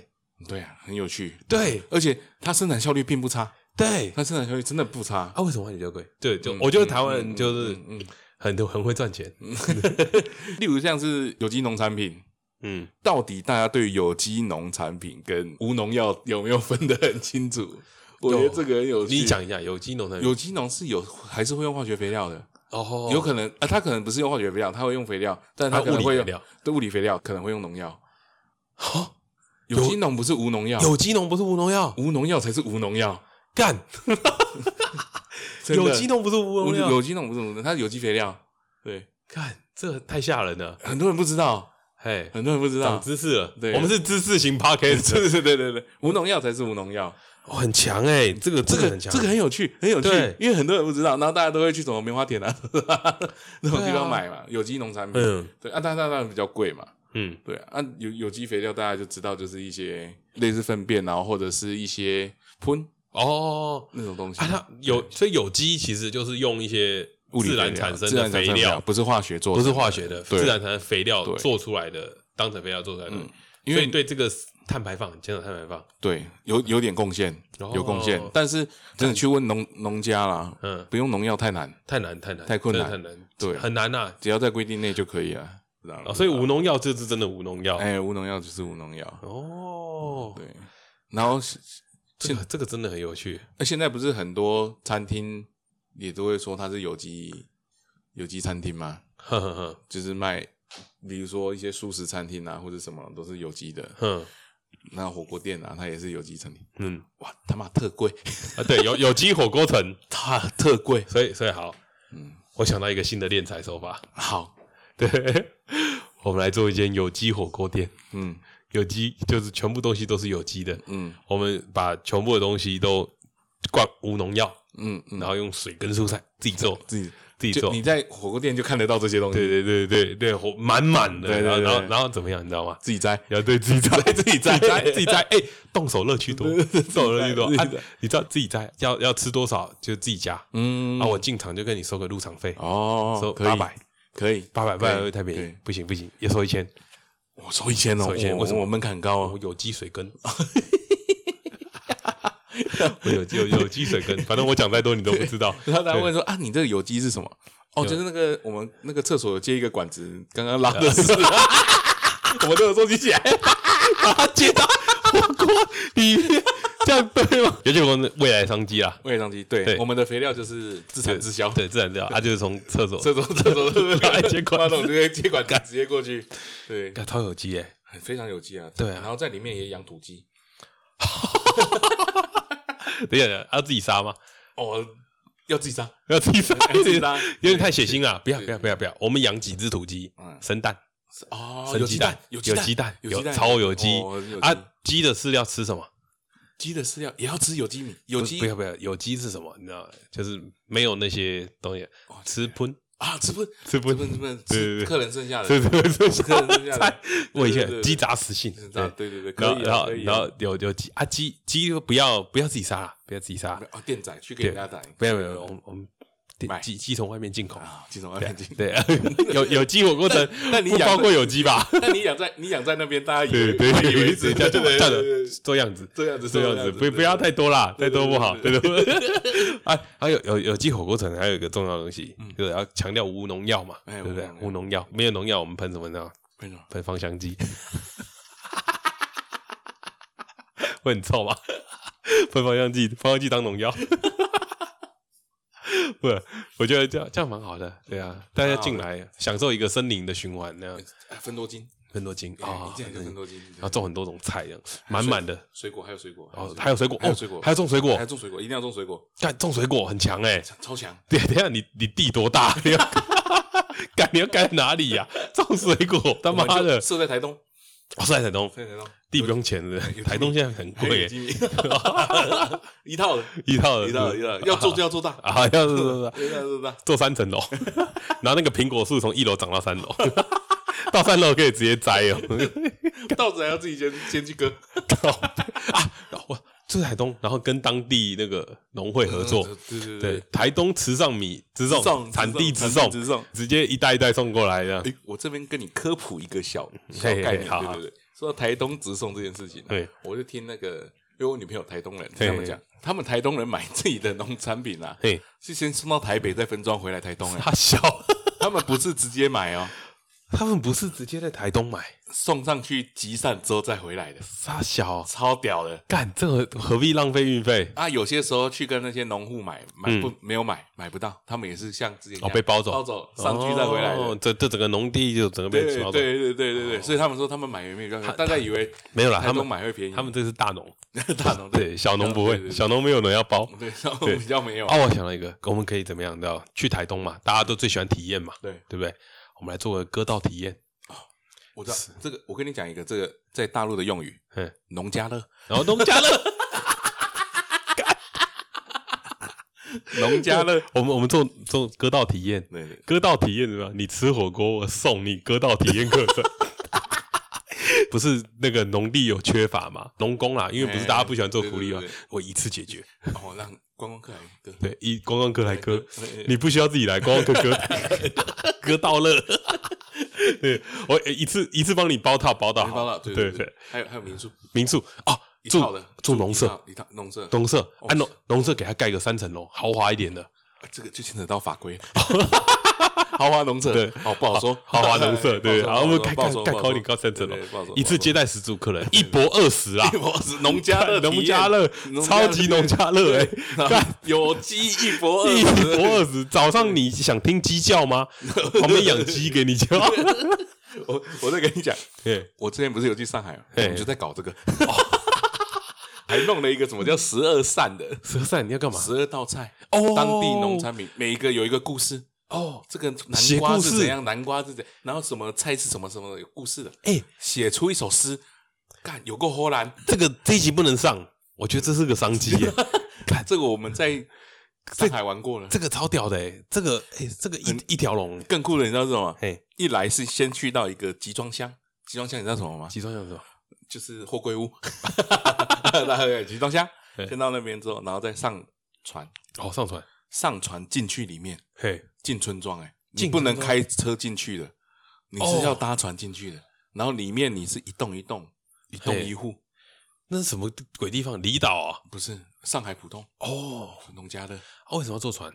S3: 对啊，很有趣，
S2: 对
S3: 而且它生产效率并不差，
S2: 对，
S3: 它生产效率真的不差，
S2: 啊，为什么卖你比较贵？对，就
S3: 嗯
S2: 我觉得台湾人就是很多很会赚钱，
S3: 例如像是有机农产品。
S2: 嗯，
S3: 到底大家对有机农产品跟无农药有没有分得很清楚？我觉得这个很有趣。
S2: 你讲一下有机农产品
S3: 有机农是有还是会用化学肥料的，
S2: 哦
S3: 有可能啊，他可能不是用化学肥料，他会用肥料，但他
S2: 啊
S3: 可能会
S2: 物理肥料
S3: 用对物理肥料，可能会用农药。
S2: 哦
S3: 有机农不是无农药，
S2: 有机农不是无农药，
S3: 无农药才是无农药。
S2: 干
S3: 真的
S2: 有机农不是无
S3: 无
S2: 农药，
S3: 有机农不是无农药，它是有机肥料。对，
S2: 干这太吓人了，
S3: 很多人不知道，
S2: 嘿，
S3: 很多人不知
S2: 长
S3: 道，
S2: 知识了，
S3: 啊对
S2: 我们是知识型 p o d c a
S3: 对
S2: s
S3: 对对对对，无农药才是无农药。
S2: 很强哎、这个
S3: 这
S2: 个
S3: 个
S2: 很强，
S3: 这个很有趣，很有趣
S2: 对，
S3: 因为很多人不知道，然后大家都会去什么棉花田啊 那种地方买嘛，有机农产品，
S2: 啊嗯
S3: 对啊，但当然比较贵嘛，
S2: 嗯
S3: 对啊，有有机肥料大家就知道，就是一些类似粪便，然啊后或者是一些喷
S2: 哦
S3: 那种东西，
S2: 啊，它有所以有机其实就是用一些
S3: 物
S2: 自
S3: 理肥料
S2: 然产生
S3: 自
S2: 的
S3: 然产
S2: 肥
S3: 生
S2: 料，
S3: 不是化学做，
S2: 不是化学的，
S3: 对
S2: 自然产生肥料
S3: 对
S2: 做出来的，当成肥料做出来的，
S3: 嗯因
S2: 因
S3: 为
S2: 为对这个碳排放减少碳排放，
S3: 对，有有点贡献，
S2: 哦
S3: 有贡献，但是真的去问农农家啦，
S2: 嗯，
S3: 不用农药太难，
S2: 太难太难
S3: 太困
S2: 真
S3: 难
S2: 的太难，
S3: 对
S2: 很难呐、
S3: 只要在规定内就可以了，知道
S2: 啊，
S3: 吗？
S2: 所以无农药这是真的无农药，
S3: 哎，无农药就是无农药，
S2: 哦，
S3: 对，然后现
S2: 这个这个真的很有趣，
S3: 呃现在不是很多餐厅也都会说它是有机有机餐厅吗？
S2: 哼哼哼
S3: 就是卖，比如说一些素食餐厅啊，或者什么都是有机的。
S2: 哼，
S3: 那火锅店啊，它也是有机餐厅。
S2: 嗯
S3: 哇，他妈特贵，
S2: 啊，对，有有机火锅城，
S3: 它特贵。
S2: 所以所以好，
S3: 嗯，
S2: 我想到一个新的敛财手法，
S3: 好，
S2: 对，我们来做一间有机火锅店，
S3: 嗯
S2: 有机就是全部东西都是有机的，
S3: 嗯
S2: 我们把全部的东西都灌无农药，
S3: 嗯嗯，
S2: 然后用水跟蔬菜自己做，
S3: 自己
S2: 自己
S3: 就
S2: 做
S3: 你，在火锅店就看得到这些东西，
S2: 对对对对对，火满满的，
S3: 对对
S2: 然后
S3: 对
S2: 然后然后怎么样，你知道吗？
S3: 自己摘。
S2: 然后对自己摘，自己摘， 自己摘，哎，动手乐趣多，动手乐趣多
S3: 自己。摘
S2: 啊你知道自己摘要要吃多少就自己加，
S3: 嗯
S2: 啊，我进场就跟你收个入场费，收
S3: 哦，可以
S2: 八百，
S3: 可以
S2: 八百不然会太
S3: 可
S2: 便
S3: 以
S2: 宜，不行不行，也收一千。
S3: 我收一千哦，
S2: 收一千
S3: 我
S2: 为什么
S3: 我门槛很高
S2: 我
S3: 哦，
S2: 有机水根，我有有有机水根，反正我讲再多你都不知道。
S3: 然后大家问说啊，你这个有机是什么？哦，就是那个我们那个厕所有接一个管子，刚刚拉的是， 我们都有收集起来。
S2: 把它啊接到火锅里面，这样对吗？有机火锅是未来商机啦，
S3: 喂，张机，对，
S2: 对
S3: 我们的肥料就是自产自销，
S2: 对，自然这样，它就是从厕所，
S3: 这种这种这种
S2: 来接管
S3: 那种直接接管直接过去，对，
S2: 干超有机哎，
S3: 很非常有机啊，
S2: 对啊
S3: 然后在里面也养土鸡，
S2: 等一下，等一下要自己杀吗？
S3: 哦，要自 己杀，
S2: 要自己杀，
S3: 要自己杀
S2: 有点太血腥了，不要
S3: 对
S2: 不要不要不要，我们养几只土鸡
S3: 嗯，
S2: 生蛋，
S3: 哦，
S2: 生
S3: 有
S2: 鸡
S3: 鸡蛋，
S2: 有
S3: 鸡蛋，
S2: 鸡蛋，
S3: 有鸡蛋，
S2: 超有机
S3: 哦有
S2: 啊鸡
S3: 鸡！
S2: 的饲料吃什么？
S3: 鸡的饲料也要吃有机米，有机
S2: 不要不要，有机是什么？你知道吗，就是没有那些东西，
S3: 哦
S2: 吃喷
S3: 啊，吃不
S2: 吃
S3: 吃
S2: 喷
S3: 不吃不
S2: 对对
S3: 吃
S2: 对
S3: 客人剩下的，
S2: 吃喷吃
S3: 客人剩下的
S2: 菜，问一下
S3: 对对对
S2: 鸡杂食性
S3: 是，这样对对对，可
S2: 然后
S3: 以
S2: 然
S3: 啊，
S2: 后
S3: 可以
S2: 然
S3: 啊
S2: 后。有有鸡啊鸡鸡不要不要自己杀啊，不要自己杀，
S3: 哦，店仔去给人家打
S2: 不要不要，我们我们
S3: 买
S2: 鸡鸡从外面进口，
S3: 啊，这种环境。
S2: 对， 有有机火锅城
S3: 但但你
S2: 不
S3: 养
S2: 包
S3: 的
S2: 括有机吧？
S3: 那你养在你养在那边，大家以
S2: 对
S3: 为
S2: 对
S3: 以为
S2: 对，
S3: 是
S2: 人家就
S3: 对
S2: 站
S3: 对对
S2: 着
S3: 对
S2: 这样子，
S3: 这样子
S2: 这样
S3: 这
S2: 子，
S3: 样子
S2: 不不要太多啦，太
S3: 对对
S2: 多不好，
S3: 对
S2: 对对 对。 哎，还有有有机火锅城还有一个重要的东西，就是要强调无农药嘛，
S3: 嗯哎
S2: 对不对
S3: 无农？药
S2: 无农药，没有农药，我们喷什么呢？
S3: 为什么？
S2: 喷芳香剂，会很臭吗？喷芳香剂，芳香剂当农药。 不，我觉得这样这样蛮好的，对啊，大家进来享受一个森林的循环，那样
S3: 哎分多金
S2: 很多金
S3: 啊，
S2: 啊
S3: 你，这样就分多金，
S2: 然后种很多种菜，这样满满的，
S3: 水果还有水果，
S2: 哦，还有水果，
S3: 还有
S2: 哦
S3: 水果，
S2: 还有种水
S3: 还有
S2: 果，
S3: 种水果，一定要种水果，
S2: 干种水果很强哎、 欸。
S3: 超强。
S2: 对，等一下你你地多大？ 你要干你要干哪里呀、种水果，他
S3: 我
S2: 妈
S3: 们就
S2: 的！
S3: 设在台东，
S2: 哦，是在台东，
S3: 在台东
S2: 地不用钱的
S3: 有，
S2: 台东现在很
S3: 还有
S2: 贵欸，
S3: 机 米，一套的，
S2: 一套
S3: 一套的一套的，要做就要做大，
S2: 呃啊，要是是
S3: 要做大。
S2: 做三层楼， 然后那个苹果树从一楼长到三楼， 到三楼可以直接摘 哦。
S3: 稻子还要自己先先去割，
S2: 靠啊，我住台东，然后跟当地那个农会合作，
S3: 嗯对对
S2: 对，，台东池上米直
S3: 直送
S2: 送，产地直
S3: 直
S2: 送
S3: 送，直送
S2: 直接一袋一袋送过来的。
S3: 哎，我这边跟你科普一个小小
S2: 嘿嘿
S3: 概念，
S2: 好
S3: 对
S2: 好
S3: 对对。说到台东直送这件事情啊，
S2: 对
S3: 我就听那个，因为我女朋友台东人，
S2: 嘿
S3: 他们讲，他们台东人买自己的农产品啊，
S2: 嘿，
S3: 是先送到台北，再分装回来台 东哎，
S2: 他小，
S3: 他们不是直接买哦，
S2: 他们不是直接在台东买，
S3: 送上去集散之后再回来的，
S2: 他小，
S3: 超屌的。
S2: 干这何何必浪费运费？
S3: 啊，有些时候去跟那些农户买，买
S2: 嗯
S3: 不没有买，买不到，他们也是像之前一
S2: 哦
S3: 样
S2: 被包走
S3: 包走上去再回来
S2: 哦
S3: 的。
S2: 这这整个农地就整个
S3: 对
S2: 被
S3: 对
S2: 抓走。
S3: 对对对对对，所以他们说他们买也没有
S2: 哦他
S3: 大家以为
S2: 没有啦，
S3: 台
S2: 他
S3: 东
S2: 们
S3: 买会便宜，
S2: 他们这是大农，
S3: 大农
S2: 对小农不
S3: 对
S2: 会，
S3: 对
S2: 小农没有人要包。
S3: 对，然后比较没有
S2: 啊，，我想到一个，我们可以怎么样？你知道，去台东嘛，大家都最喜欢体验嘛，
S3: 对，
S2: 对不对？我们来做个割稻体验。
S3: 我知道这个，我跟你讲一个这个在大陆的用语
S2: 嗯，
S3: 农家乐，
S2: 然后农家乐，
S3: 农 家乐，
S2: 我们我们做做割稻体验，
S3: 对对，
S2: 割稻体验怎么样？你吃火锅，我送你割稻体验课程。 不是那个农地有缺乏嘛？农工啦，因为不是大家不喜欢做苦力嘛
S3: 哎对对对对，
S2: 我一次解 决。
S3: 哦，让观光客来一个，
S2: 对，以观光客来割
S3: 哎对，
S2: 你不需要自己来，观光客 割，割到乐。 对我哎一次一次帮你包套包到
S3: 没包
S2: 好，
S3: 到，对
S2: 对
S3: 对，还有还有民宿
S2: 民宿哦，
S3: 一
S2: 住
S3: 套的
S2: 住农
S3: 一
S2: 舍，
S3: 套一套农舍，
S2: 农舍
S3: 哦
S2: 按农农舍给他盖个三层楼，豪华一点的，
S3: 啊这个就牵扯到法 规，豪华农舍，
S2: 对
S3: 哦不好说，
S2: 豪华农舍，对，然后
S3: 好
S2: 我
S3: 不
S2: 们
S3: 好
S2: 盖
S3: 说
S2: 盖
S3: 不好说
S2: 盖
S3: 不好
S2: 高
S3: 说
S2: 你高三层楼
S3: 对对不好说，
S2: 一次接待十组客人，一博二十啊，
S3: 我是农家乐体验，
S2: 农家乐
S3: 农家
S2: 超
S3: 乐
S2: 级农家乐哎，
S3: 然后有鸡一博二
S2: 一
S3: 十，
S2: 博二十，早上你想听鸡叫吗？旁边养鸡给你叫，
S3: 我我再跟你讲，
S2: 对，
S3: 我之前不是有去上海吗，我
S2: 嘿
S3: 们就在搞这个， 还弄了一个什么叫十二扇的
S2: 蛇赛你要干嘛？
S3: 十二道菜，
S2: 哦
S3: 当地农产品，每一个有一个故事。哦，这个南
S2: 写
S3: 瓜
S2: 故
S3: 是
S2: 事
S3: 怎样？南瓜是怎？然后什么菜是什么什么的有故事的，
S2: 哎，
S3: 写出一首诗，干有够荷兰。
S2: 这个这一集不能上，我觉得这是个商机耶，
S3: 看 这个我们在上海玩过了，
S2: 这个超屌的哎，这个哎这个一一条龙，
S3: 更酷的你知道是什么？
S2: 嘿，
S3: 一来是先去到一个集装箱，集装箱你知道什么吗？
S2: 集装箱是吧？
S3: 就是货柜屋， 大概集装箱。
S2: 对
S3: 先到那边之后，然后再上船，
S2: 哦，上船，
S3: 上船进去里面
S2: 嘿，
S3: 进村庄，哎，你
S2: 进
S3: 不
S2: 村
S3: 能
S2: 庄
S3: 开车进去的，你
S2: 哦
S3: 是要搭船进去的。然后里面你是一栋一栋，一栋
S2: 嘿
S3: 一户，
S2: 那是什么鬼地方？离岛
S3: 不是上海浦东
S2: 啊？哦，
S3: 农家乐，因
S2: 啊为什么要坐船？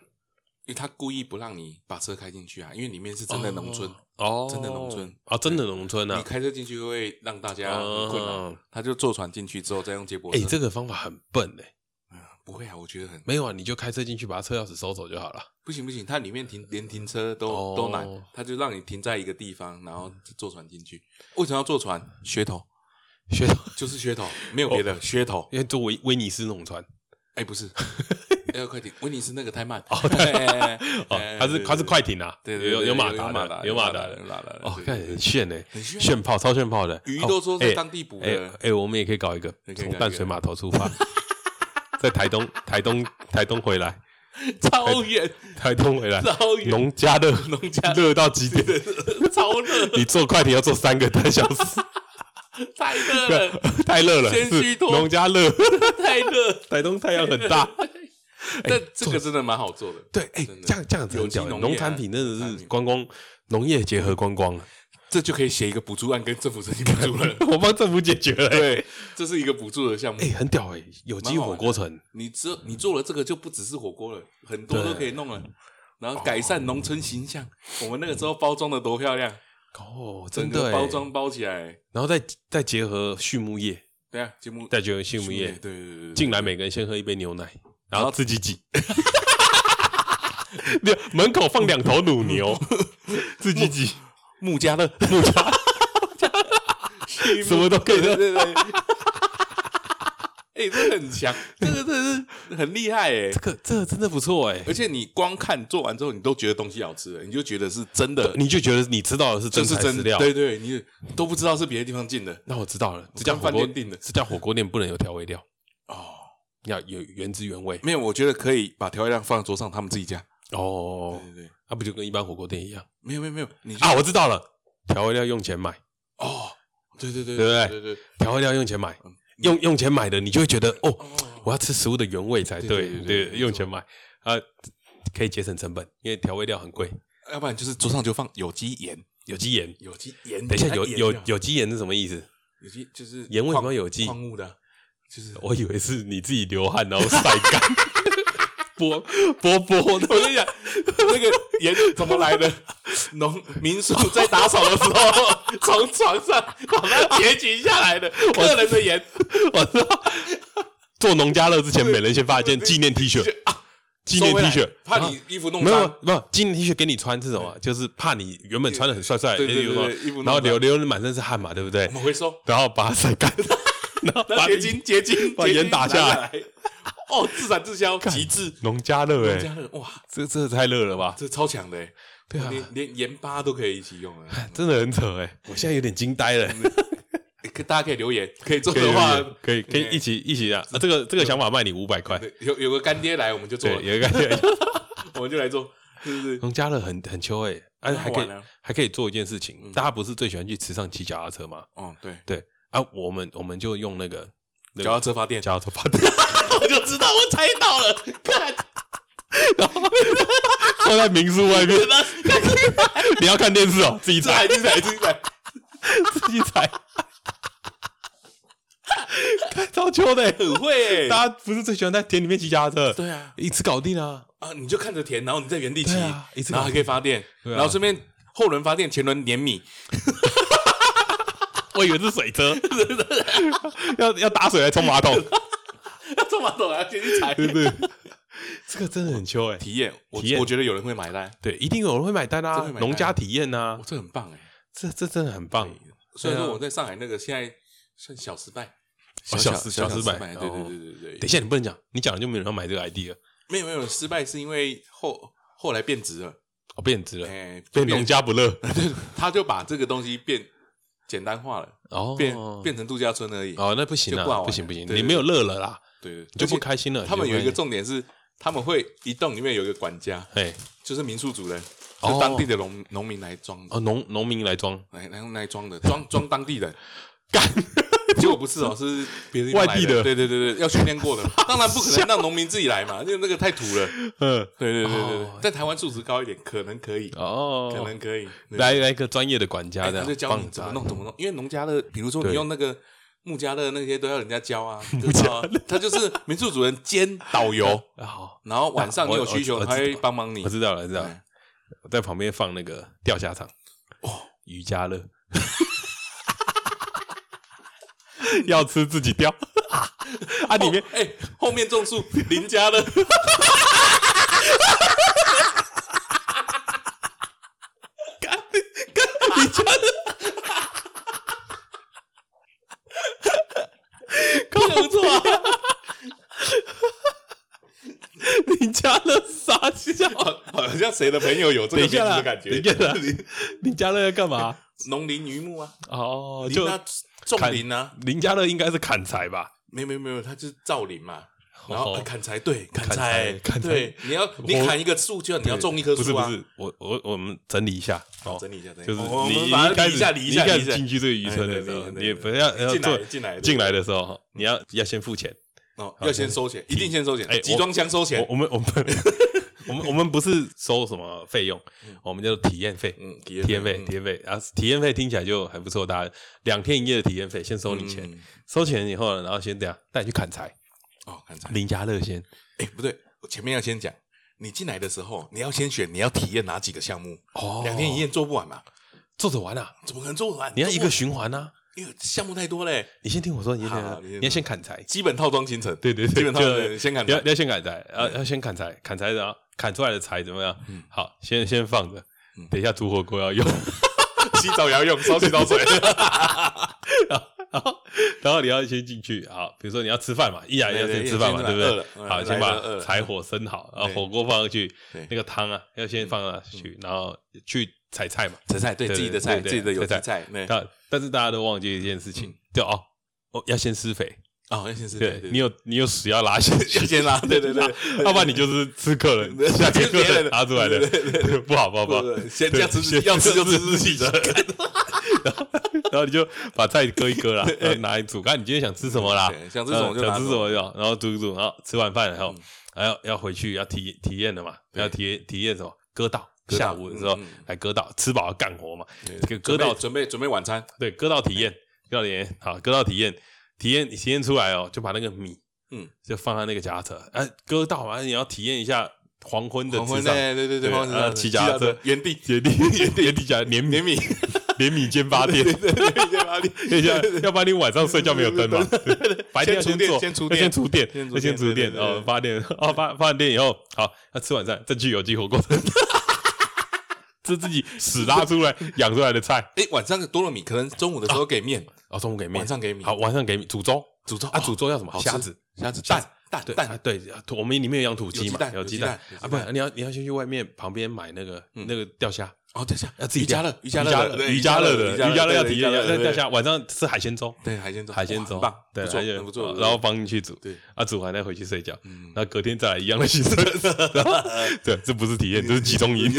S3: 为他故意不让你把车开进去啊，因为里面是真的农村，
S2: 哦，
S3: 真的农村
S2: 啊，真的农村
S3: 你
S2: 啊！
S3: 开车进去会让大家很困扰
S2: 嗯。
S3: 他就坐船进去之后再用接驳
S2: 哎，
S3: 车，
S2: 这个方法很笨哎，
S3: 不会啊，我觉得很
S2: 没有啊，你就开车进去，把车钥匙收走就好了。
S3: 不行不行，它里面停连停车都、
S2: 哦
S3: 都难，它就让你停在一个地方，然后坐船进去。为什么要坐船？噱头
S2: 学到，
S3: 就是噱头，没有别的、噱头。
S2: 因为坐威威尼斯那种船
S3: 哎、不是，要快点，威尼斯那个太慢。哦，哎对，
S2: 哦，它是它是快艇啊，
S3: 对，对，对
S2: 有有
S3: 马
S2: 马达
S3: 达
S2: 的，
S3: 有
S2: 马达
S3: 达
S2: 的
S3: 有。马达的。
S2: 哦，
S3: 对
S2: 看
S3: 对
S2: 很炫哎，
S3: 很炫
S2: 炫炮超炫炮的，
S3: 鱼
S2: 哦
S3: 都说
S2: 哎
S3: 是当地捕
S2: 哎
S3: 的，
S2: 哎，我们也可以搞一个，
S3: 也可以搞一
S2: 从
S3: 个
S2: 淡水码头出发， 在台东台东台东回来，
S3: 超远，
S2: 台东回来，
S3: 超远
S2: 农家乐
S3: 农家乐
S2: 热到极点，
S3: 超热，
S2: 你坐快艇要坐三个半小时，
S3: 太热了，
S2: 太热了，
S3: 谦虚
S2: 是
S3: 多
S2: 农家 乐，
S3: 太热。
S2: 台东太阳很 大。
S3: 但这个真的蛮好做的。
S2: 哎对，哎、
S3: 真的
S2: 这样这样子
S3: 有
S2: 很
S3: 机
S2: 屌，
S3: 农业啊
S2: 农产品真
S3: 农
S2: 的
S3: 产
S2: 是
S3: 品
S2: 观光农业结合观光，
S3: 这就可以写一个补助案跟政府申请补助了。
S2: 我帮政府解决了、哎，
S3: 对，这是一个补助的项目
S2: 哎、。很屌哎、有机
S3: 蛮好玩
S2: 火锅城，
S3: 你只有你做了这个就不只是火锅了，很多
S2: 对哦
S3: 都可以弄了。然后改善农村形象，我们那个时候包装的多漂亮，
S2: 哦，
S3: 整
S2: 真的、
S3: 个
S2: 哎
S3: 包，装包起来。
S2: 然后再再结合畜牧业，
S3: 对啊，节目
S2: 再结合畜牧业，
S3: 对对对对，
S2: 进来每个人先喝一杯牛奶，然
S3: 后
S2: 后自己挤。 没有门口放两头乳 牛，自己挤，
S3: 穆家乐，
S2: 木 家什么都可以
S3: 对
S2: 的。
S3: 对对。 哎，这个很强，这个真的是很厉害哎
S2: 这！个这个真的不错哎、
S3: 而且你光看做完之后，你都觉得东西好吃了，你就觉得是真的，
S2: 你就觉得你知道的是
S3: 这
S2: 真
S3: 是
S2: 材
S3: 真
S2: 实料，
S3: 对对，你都不知道是别的地方进的
S2: 那我知道了，这家
S3: 刚
S2: 火
S3: 饭
S2: 锅
S3: 店订的
S2: 这家火锅店不能有调味料，
S3: 哦。
S2: 要有原汁原味。
S3: 没有，我觉得可以把调味料放在桌上，他们自己加。
S2: 哦
S3: 对，对对，
S2: 那、不就跟一般火锅店一样
S3: 没有没有没有，你就
S2: 啊？我知道了，调味料用钱买，
S3: 哦，对对对
S2: 对不对
S3: 对对，嗯
S2: 调味料用钱买，用用钱买的，你就会觉得哦，我要吃食物的原味才对，
S3: 对对对对没
S2: 用
S3: 错
S2: 钱买啊，可以节省成本，因为调味料很贵，
S3: 要不然就是桌上就放有机盐，
S2: 有机盐。
S3: 有机盐。
S2: 等一下，有
S3: 它嗯哎盐
S2: 有
S3: 料
S2: 有机盐是什么意思？
S3: 有机就是
S2: 盐为什
S3: 矿
S2: 么有机
S3: 矿物的啊，就是
S2: 我以为是你自己流汗然后晒干， 波波波，我
S3: 我跟你讲， 那个盐怎么 来的？农民宿在打扫的时候，从床上把它截取下来的客人的盐，
S2: 我知道，做农家乐之前，每人先发一件纪念 T 恤，纪念
S3: 啊收回
S2: T
S3: 来
S2: 恤，啊
S3: 怕你衣服弄
S2: 没有
S3: 脏。
S2: 没有纪念 T 恤给你穿是什么？就是怕你原本穿的很帅帅，
S3: 对对对
S2: 哎
S3: 对
S2: 有
S3: 衣服弄
S2: 然后
S3: 脏
S2: 流流满身是汗嘛，对不对
S3: 我？们回收，
S2: 然后把它晒 干，然后
S3: 那
S2: 把
S3: 结晶结晶
S2: 把
S3: 结
S2: 盐
S3: 晶
S2: 打
S3: 拿
S2: 下
S3: 来，哦，自产自销极致。
S2: 农家乐
S3: 农家
S2: 哎，
S3: 乐哇，
S2: 这这太热了吧？
S3: 这超强的欸，
S2: 对啊
S3: 连连盐巴都可以一起用啊！
S2: 真的很扯哎，我现在有点惊呆了。
S3: 欸可大家可以留言，可以做
S2: 可以
S3: 的话，
S2: 可以可以一起一起啊！啊这个这个想法卖你五百块，
S3: 对有有个干爹来，我们就做
S2: 对，
S3: 了，
S2: 有一个感觉。
S3: 我们就来做，是不是？
S2: 农家乐很很秋哎，而且还可以
S3: 很嗯好玩啊
S2: 还可以做一件事情，大家不是最喜欢去池上骑脚踏车吗？
S3: 哦，对，
S2: 对啊，我们我们就用那个
S3: 脚踏车发电，
S2: 脚踏车发电，我就知道我猜到 了，看，然后 放在民宿 外面，你要看电视哦，自己
S3: 来，
S2: 猜
S3: 进来，进来，
S2: 自己猜，看 超秋的欸，
S3: 很会欸
S2: 大家不是最喜欢在田里面骑脚踏车，
S3: 对啊，
S2: 一次搞定啊，
S3: 啊，你就看着田，然后你在原地骑
S2: 对啊一，次
S3: 然后
S2: 搞
S3: 还可以发电，
S2: 对啊
S3: 然后顺便后轮发电，前轮碾 米，
S2: 我以为是水 车，要要打水来冲马桶，
S3: 这么懂啊，先去踩，
S2: 对不对？这个真的很秋哎、
S3: 体验，我
S2: 体验
S3: 我觉得有人会买单，
S2: 对，一定有人会买单
S3: 真
S2: 啊
S3: 会买，单
S2: 农家体验啊
S3: 哦，，这很棒哎。
S2: 这这真的很棒。
S3: 虽然
S2: 对啊
S3: 说我在上海那个现在算小失败，
S2: 哦小失
S3: 小
S2: 小失败
S3: 败，
S2: 哦
S3: 对对对对
S2: 等一
S3: 对，
S2: 下你不能讲，你讲了就没有人要买这个 idea，
S3: 没有没有失败是因为后后来变质了，
S2: 哦，变质了，
S3: 哎，
S2: 变农家不 乐
S3: 他就把这个东西变简单化了，
S2: 哦，
S3: 变变成度假村而已。
S2: 哦，那不行
S3: 就
S2: 啊
S3: 不好，玩
S2: 不行
S3: 了
S2: 不行，
S3: 对
S2: 你
S3: 对
S2: 没有乐了啦，
S3: 对，
S2: 你就不
S3: 而且
S2: 开心了。
S3: 他们
S2: 你就
S3: 有一个
S2: 不
S3: 重点是，他们会一栋里面有一个管家，
S2: 开心，哎，
S3: 就是民宿主人，
S2: 哦
S3: 就当地的农农民来装的，
S2: 哦，农农民来装，
S3: 来来用来装的，装装当地 人。干， 结果不是哦，是别的地方来
S2: 外地的
S3: 对对对对，要训练过的， 当然不可能让农民自己来嘛，因为那个太土了。
S2: 嗯，
S3: 对对对对
S2: 哦
S3: 对，在台湾素质高一点，可能可以，可
S2: 哦，
S3: 能可以。对
S2: 来来一个专业的管家
S3: 哎
S2: 这
S3: 他就
S2: 样，
S3: 教你
S2: 帮
S3: 怎么
S2: 他
S3: 弄怎么弄，因为农家乐，比如说你
S2: 对
S3: 用那个木家乐那些都要人家 教啊，知道啊，他就是民宿主人兼导游，
S2: 啊好，
S3: 然后晚上你
S2: 我
S3: 有
S2: 我
S3: 需
S2: 我
S3: 求
S2: 知
S3: 他会
S2: 道
S3: 帮忙你
S2: 我。知道了，我知道了
S3: 哎，
S2: 我在旁边放那个钓虾场，哦，瑜伽乐， 要吃自己钓 啊，里面
S3: 哦哎，后面种 树林家乐，
S2: 搞错啊！ 林家乐傻 笑，
S3: 好好像谁的朋友有这个
S2: 等一
S3: 名字
S2: 下啦，
S3: 的感
S2: 等一
S3: 觉？
S2: 下啦，林家乐要干嘛？
S3: 农林渔牧啊，
S2: 哦，
S3: 林
S2: 就
S3: 啊种
S2: 砍
S3: 林啊，
S2: 林家乐应该是砍柴吧？
S3: 没有没有没有，他就是造林嘛。然后
S2: 哦
S3: 哎砍柴，对，砍
S2: 砍
S3: 柴
S2: 柴，砍柴
S3: 对，你要你
S2: 我
S3: 砍一个树，就要你要种一棵
S2: 不是
S3: 树
S2: 不
S3: 啊。
S2: 是，我我我们整理一下哦，
S3: 整理一下，整理
S2: 就是
S3: 我我
S2: 你
S3: 们
S2: 一
S3: 把它
S2: 开
S3: 理
S2: 始
S3: 一下，理
S2: 你
S3: 一下，
S2: 开
S3: 理
S2: 始进去这个渔村的时
S3: 哎
S2: 候，
S3: 对对对
S2: 你也
S3: 对
S2: 不要要
S3: 进来
S2: 做
S3: 进来对
S2: 进来的时
S3: 嗯
S2: 候，你要要先付钱。
S3: 哦，要先收钱，一定先收钱
S2: 哎，
S3: 集
S2: 我
S3: 装箱收
S2: 我
S3: 钱，
S2: 我们我 们我们我们不是收什么费用，我们叫做体验费。
S3: 嗯，体
S2: 体验费，
S3: 嗯
S2: 体验费，然后体验费听起来就还不错，大家两天一夜的体验费，先收你钱
S3: 嗯，
S2: 收钱以后呢，然后先这样带你去砍柴，
S3: 哦，砍柴，
S2: 林家乐先，
S3: 哎，不对，我前面要先讲，你进来的时候，你要先选你要体验哪几个项目，
S2: 哦
S3: 两天一夜做不完嘛，
S2: 做着玩啊，
S3: 怎么可能做完？
S2: 你要一个
S3: 做
S2: 循环啊，
S3: 不完，因为项目太多嘞，
S2: 你先听我说，你先听我
S3: 好
S2: 说
S3: 好你先
S2: 你要先砍柴，
S3: 基本套装行程，
S2: 对对对，
S3: 基本套装
S2: 就
S3: 行程先砍
S2: 你要
S3: 柴嗯
S2: 你，要先砍柴，要要先砍柴，砍柴然后砍出来的柴怎么样？好，先先放着，
S3: 嗯
S2: 等一下煮火锅要用，
S3: 洗澡也要 用，烧洗澡水，
S2: 然后然后你要先进去，好，比如说你要吃饭嘛，一来
S3: 对
S2: 要
S3: 对
S2: 先
S3: 对
S2: 吃饭嘛，
S3: 先
S2: 对
S3: 吃
S2: 不
S3: 饭饿
S2: 对？
S3: 了
S2: 好，
S3: 嗯
S2: 先
S3: 来了饿
S2: 把
S3: 了
S2: 柴火生好，然后
S3: 对
S2: 火锅放上去
S3: 对，嗯
S2: 那个汤啊要先放上去，然后去采菜嘛，
S3: 菜菜对自己的菜，
S2: 对对
S3: 自己的有机
S2: 采
S3: 菜，对，
S2: 但但是大家都忘记一件事情，就哦哦要先施肥，
S3: 哦，要先是，
S2: 对
S3: 对
S2: 你有你有屎要拉下去
S3: 要。先拉，对对对，
S2: 要不然你就是吃客人，下给客人拿出来的， 不好不好不好
S3: 不不，先
S2: 对
S3: 要吃自己
S2: 先
S3: 要吃就吃
S2: 自己的， 然后然后你就把菜割一 割啦，然后拿来煮，看你今天想吃什么啦
S3: 对，想吃什么就
S2: 嗯
S3: 拿嗯
S2: 想
S3: 什么
S2: 吃什么就好，然后煮一煮，然后吃完饭然后还要要回去要体体验的嘛，要体体验什么割稻。
S3: 割稻
S2: 下午的时候
S3: 嗯嗯
S2: 来割稻，吃饱要干活嘛。
S3: 对
S2: 这个割稻
S3: 准备准备晚餐，
S2: 对，割稻体验，割稻体验，好，割稻体验，体验体验出来哦，就把那个米，
S3: 嗯，
S2: 就放在那个夹车，哎、割稻完你要体验一下黄昏的
S3: 黄昏
S2: 池
S3: 哎
S2: 上，
S3: 对对对对，黄昏池
S2: 啊
S3: 上
S2: 骑脚踏车，
S3: 原地
S2: 原地原地夹连米
S3: 碾米，
S2: 连米煎发电，
S3: 对吧？
S2: 等一下，要不然你晚上睡觉没有灯 嘛， 白天要
S3: 先
S2: 先
S3: 储电
S2: 做，
S3: 先储
S2: 要
S3: 电
S2: 先储电
S3: 先，储
S2: 要先
S3: 电
S2: 储
S3: 对
S2: 电
S3: 对对
S2: 哦，发电哦，发发完电以后，好，那吃晚饭再去有机火锅。 是自己屎拉出来养出来的菜，
S3: 哎，晚上多了米，可能中午的时候给面，
S2: 哦，中午给面，
S3: 晚上给米
S2: 好，晚上给米煮粥，
S3: 煮粥
S2: 啊，煮粥要什么？
S3: 好吃
S2: 虾子，
S3: 虾子
S2: 虾
S3: 蛋
S2: 子
S3: 蛋
S2: 对啊
S3: 蛋，
S2: 对，啊我们里面有养土
S3: 有
S2: 鸡
S3: 鸡
S2: 嘛
S3: 蛋，有
S2: 有
S3: 鸡
S2: 鸡
S3: 蛋嗯
S2: 蛋
S3: 有鸡
S2: 啊，不
S3: 蛋
S2: 然你要你要先去外面旁边买那个那个钓虾，
S3: 哦，等一下，
S2: 要自己
S3: 瑜
S2: 加
S3: 伽乐，瑜伽
S2: 家
S3: 乐，
S2: 乐，
S3: 对
S2: 瑜伽乐
S3: 的，
S2: 的，瑜伽乐要
S3: 对
S2: 体
S3: 瑜
S2: 验
S3: 伽
S2: 一下。
S3: 乐，
S2: 那
S3: 对
S2: 大家晚上吃海鲜粥，
S3: 对海鲜粥，
S2: 海鲜
S3: 哇
S2: 粥
S3: 很棒，
S2: 对，
S3: 不错
S2: 海鲜
S3: 很不错
S2: 啊
S3: 对
S2: 然后帮你去煮，
S3: 对
S2: 啊，煮完再回去睡觉，
S3: 嗯
S2: 那隔天再来一样的行 程，然后 对，这不是体验，这是集中营。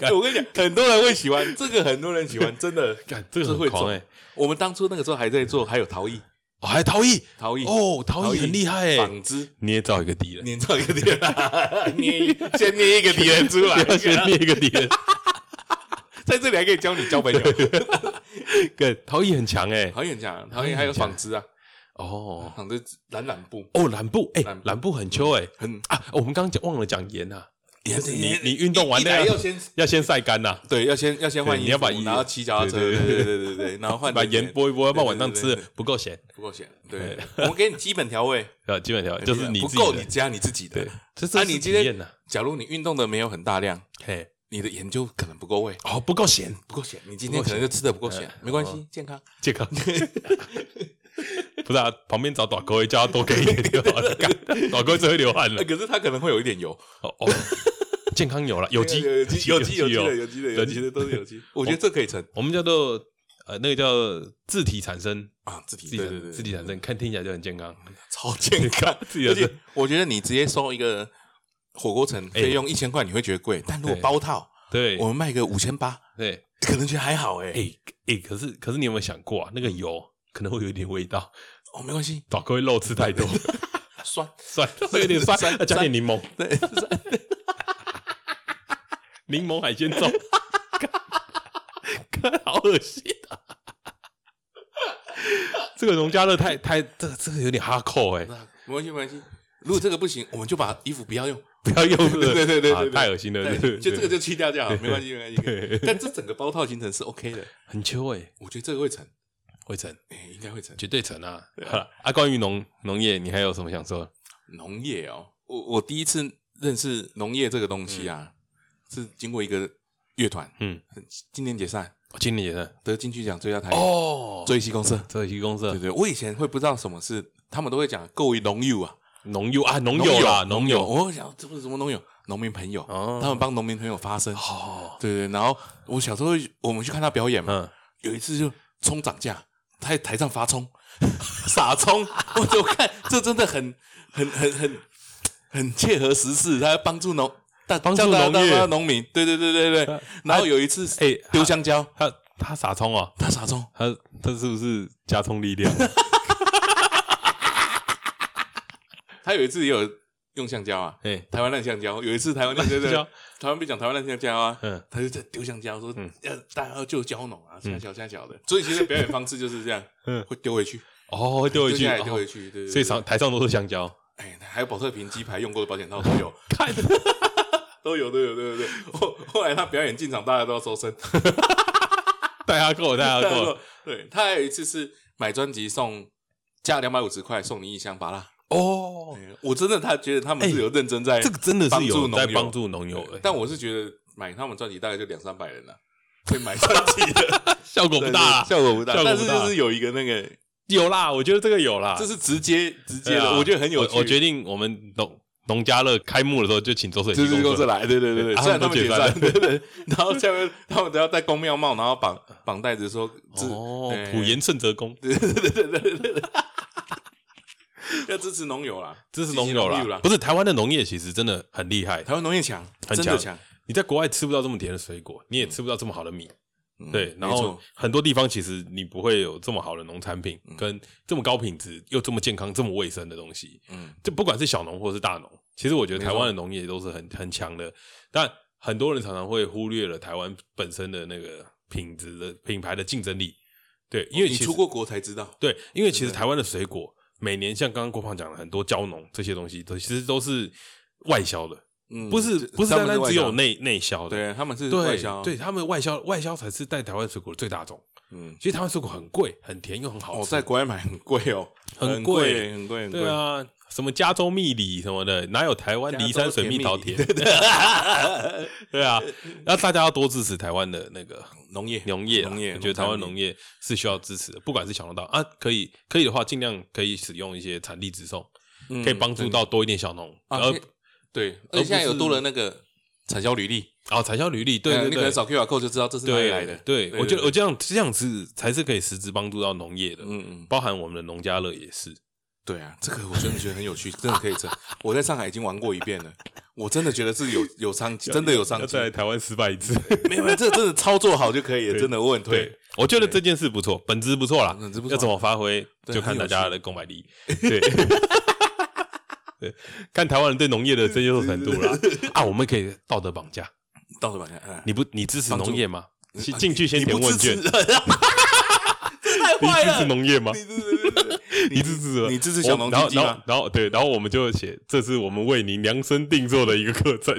S3: 哎我跟你讲，很多人会喜欢这个，很多人喜欢，真 的，
S2: 干这个很
S3: 会
S2: 狂
S3: 走
S2: 欸。
S3: 我们当初那个时候还在做，还有陶艺，
S2: 哦，还陶艺，
S3: 陶艺
S2: 哦，陶艺很厉害哎，
S3: 纺织，
S2: 捏造一个敌人，
S3: 捏造一个敌人，捏一先捏一个敌人出来，
S2: 要先捏一个敌人。
S3: 在这里还可以教你 交朋友，
S2: 对，陶艺很强哎。
S3: 陶艺很强，陶艺还有纺织啊，
S2: 哦
S3: 纺织染染布，
S2: 哦，蓝布哎
S3: 蓝布，
S2: 蓝布很秋哎
S3: 很
S2: 啊，我们刚刚讲忘了讲盐啊，就是你
S3: 盐
S2: 你运动完
S3: 一
S2: 那
S3: 来
S2: 样
S3: 要先
S2: 要先晒干啊呐，
S3: 对，要先要先换
S2: 对
S3: 衣服，
S2: 你要把衣
S3: 然后骑脚踏车，
S2: 对
S3: 对
S2: 对
S3: 对对对对，然后换
S2: 把盐拨一拨，要不然晚上
S3: 对
S2: 吃
S3: 对
S2: 了
S3: 对对
S2: 不够咸。
S3: 不够咸。对，我们给你基本调味，
S2: 呃，基本条 就是你
S3: 不
S2: 自己
S3: 够
S2: 的
S3: 你加你自己的
S2: 对。，这是
S3: 啊你
S2: 体
S3: 今天
S2: 验呐。
S3: 假如你运动的没有很大量，
S2: 嘿，
S3: 你的盐就可能不够味，
S2: 哦，不够咸，哦
S3: 不够咸。你今天可能就吃的不够咸，没关系，健康。
S2: 健康。 不是啊，旁边找短哥叫他多给一点就好了。干短哥只会流汗了
S3: 哎，。可是它可能会有一点油，
S2: 哦哦，健康 有了，有机
S3: 有机有机有机的
S2: 有
S3: 有机的有机的都是有
S2: 哦
S3: 机。我觉得这可以成
S2: 我们叫做呃那个叫自体产生，
S3: 啊，自体
S2: 自己
S3: 对对对，
S2: 产自体产生，看听起来就很健康。
S3: 超健康，
S2: 自己
S3: 而
S2: 的哎
S3: 且我觉得你直接收一个火锅城费用一千块，你会觉得贵，但如果包套，
S2: 对
S3: 我们卖个五千八，
S2: 对，
S3: 可能觉得还好哎、
S2: 哎哎，可是可是你有没有想过啊？那个油可能会有一点味道，
S3: 哦，没关系，啊
S2: 短哥会肉吃太多，
S3: 酸，
S2: 酸会有点酸，
S3: 酸
S2: 要加点柠檬，
S3: 对，
S2: 柠檬海鲜粥，看好恶心啊！这个农家乐太太这这个有点哈扣哎，
S3: 没关系，没关系。如果这个不行，我们就把衣服不要用，
S2: 不要用
S3: 对对对对
S2: 啊
S3: 对
S2: 太恶心了，对
S3: 对，
S2: 对
S3: 就这个
S2: 对
S3: 就弃掉就好，没关系，没关系。但这整个包套行程是 OK 的，
S2: 很秋哎，
S3: 我觉得这个会成，
S2: 会成。
S3: 哎、应该会成。
S2: 绝对成啊！好了啊，关于农农业，你还有什么想说的？
S3: 农业哦，我我第一次认识农业这个东西啊，是经过一个乐团，
S2: 嗯，
S3: 今年解散，
S2: 哦今年也是
S3: 得金曲奖最佳台语，
S2: 哦
S3: 追西公社。
S2: 这一公社
S3: 对对，我以前会不知道什么是，他们都会讲够农友啊，
S2: 农友啊，农友啦，农友
S3: 我想这不是什么农友，农民朋友，
S2: 哦
S3: 他们帮农民朋友发声。
S2: 哦，
S3: 对对，然后我小时候我们去看他表演嘛，
S2: 嗯，
S3: 有一次就冲涨价，他在台上发冲， 傻冲， 我就看这真的很很很很很切合时事，他帮助农。但
S2: 帮助农业啊
S3: 农民，对对对对对。然后有一次，
S2: 哎
S3: 哎，丢香蕉，
S2: 他他傻葱哦，
S3: 他傻冲，
S2: 他他是不是加充力 量？
S3: 他有一次也有用香蕉啊，
S2: 哎，
S3: 台湾烂香蕉。有一次台湾 烂
S2: 香蕉，
S3: 台湾被讲台湾烂香蕉啊，
S2: 嗯
S3: 他就在丢香蕉，说要大家要救蕉农啊，瞎小瞎小的。所以其实表演方式就是这样
S2: 嗯，
S3: 会丢回去，
S2: 哦，丢回去
S3: 丢下，来丢回
S2: 哦
S3: 去，对对。对
S2: 所以上台上都是香蕉，
S3: 哎，还有保特瓶、鸡排用过的保险套都有，
S2: 看
S3: 都有，都有，对对对。后后来他表演进场，大家都要收声。
S2: 带他过，带他
S3: 大家
S2: 过
S3: 说，对他还有一次是买专辑送加两百五十块送你一箱芭拉。
S2: 哦，
S3: 哎我真的他觉得他们是
S2: 哎
S3: 有认真在
S2: 这个真的是
S3: 帮
S2: 有
S3: 助农
S2: 在
S3: 友
S2: 帮助农友
S3: 对
S2: 哎，
S3: 但我是觉得买他们专辑大概就两三百人了，会买专 辑的
S2: 效果不大啊，
S3: 对对效果不大
S2: 效。果
S3: 但
S2: 不
S3: 是
S2: 大
S3: 就是有一个那个，
S2: 有啦，我觉得这个有啦，
S3: 这是直接直接
S2: 对啊
S3: 的，我觉得很有趣。
S2: 我我决定我们农农家乐开幕的时候就请周水
S3: 就
S2: 晶
S3: 是
S2: 公
S3: 公
S2: 社
S3: 司来，对对对对，
S2: 对
S3: 虽然
S2: 他
S3: 他
S2: 们都
S3: 们解
S2: 解
S3: 散，
S2: 散
S3: 对对，然后下面他们都要戴公庙帽，然后绑绑带子说，支
S2: 哦，
S3: 哎
S2: 普研圣哲公
S3: 要支持农友啦，
S2: 这是
S3: 积
S2: 农
S3: 极
S2: 友啦
S3: 啦，，
S2: 不是台湾的农业其实真的很厉害，
S3: 台湾农业强，
S2: 很
S3: 真
S2: 强
S3: 的强，
S2: 你在国外吃不到这么甜的水果，你也吃不到这么好的米，
S3: 嗯
S2: 对，然
S3: 没
S2: 后
S3: 错嗯
S2: 很多地方其实你不会有这么好的农产品，跟这么高品质又这么健康、这么卫生的东西，
S3: 嗯，
S2: 就不管是小农或是大农，其实我觉得
S3: 没
S2: 台
S3: 错
S2: 湾的农业都是很很强的，但很多人常常会忽略了台湾本身的那个品质的品牌的竞争力，对，因为
S3: 哦你
S2: 其实
S3: 出过国才知道，
S2: 对，因为其实
S3: 真的
S2: 台湾的水果每年像刚刚郭胖讲的很多蕉农这些东西，都其实都是外销的，
S3: 嗯，
S2: 不是
S3: 这
S2: 不是
S3: 他
S2: 单
S3: 们
S2: 单
S3: 外
S2: 只有
S3: 销，
S2: 内内销的。
S3: 对，他们是外销，
S2: 对，对，他们外销外销才是带台湾水果的最大宗。
S3: 嗯，
S2: 其实台湾水果很贵，很甜又很好
S3: 哦，
S2: 吃。
S3: 在国外买很贵哦，
S2: 很
S3: 很
S2: 贵
S3: 贵，很贵，很贵
S2: 对，啊，什么加州蜜梨什么的，哪有台湾梨山水蜜桃甜？ 对啊，那大家要多支持台湾的那个
S3: 农业，
S2: 农业啦，啊
S3: 农业
S2: 我觉得台湾
S3: 农产品
S2: 农业是需要支持的，不管是小农大啊，可以可以的话，尽量可以使用一些产地直送，
S3: 嗯
S2: 可以帮助到多一点小农，
S3: 啊
S2: 而
S3: 现对，
S2: 而
S3: 而且现在
S2: 不
S3: 有
S2: 是
S3: 多了那个产销履历，
S2: 哦，产销履历，对
S3: 哎
S2: 对
S3: 你可能
S2: 对，
S3: 扫 QR code 就知道这是哪里
S2: 对
S3: 来的。
S2: 对，我觉得我
S3: 对
S2: 这样这样子才是可以实质帮助到农业的，
S3: 嗯嗯，
S2: 包含我们的农家乐也是。
S3: 对啊，这个我真的觉得很有趣，真的可以这样。我在上海已经玩过一遍了，我真的觉得是有有商机，真 的有商
S2: 要
S3: 机
S2: 再。来台湾失败一次，
S3: 没有，没有这真的操作好就可以了，
S2: 对
S3: 真的我很推。，
S2: 我觉得这件事不错，本质不错啦，
S3: 本质不错
S2: 要怎么发挥
S3: 对
S2: 就看大家的购买 力，对。对，看台湾人对农业的接受程度啦。啊，我们可以道德绑架，
S3: 到时候把它，嗯
S2: 你不你支持
S3: 帮助
S2: 农业吗？
S3: 你
S2: 进进去先
S3: 呃你
S2: 填
S3: 不
S2: 问
S3: 支
S2: 卷
S3: 持， 太
S2: 你
S3: 坏
S2: 支
S3: 了
S2: 持。农业吗？
S3: 你支持
S2: 你支持了
S3: 你支持小农经济
S2: 然后然后
S3: 吗？
S2: 然后对，然后我们就写，这是我们为您量身定做的一个课程，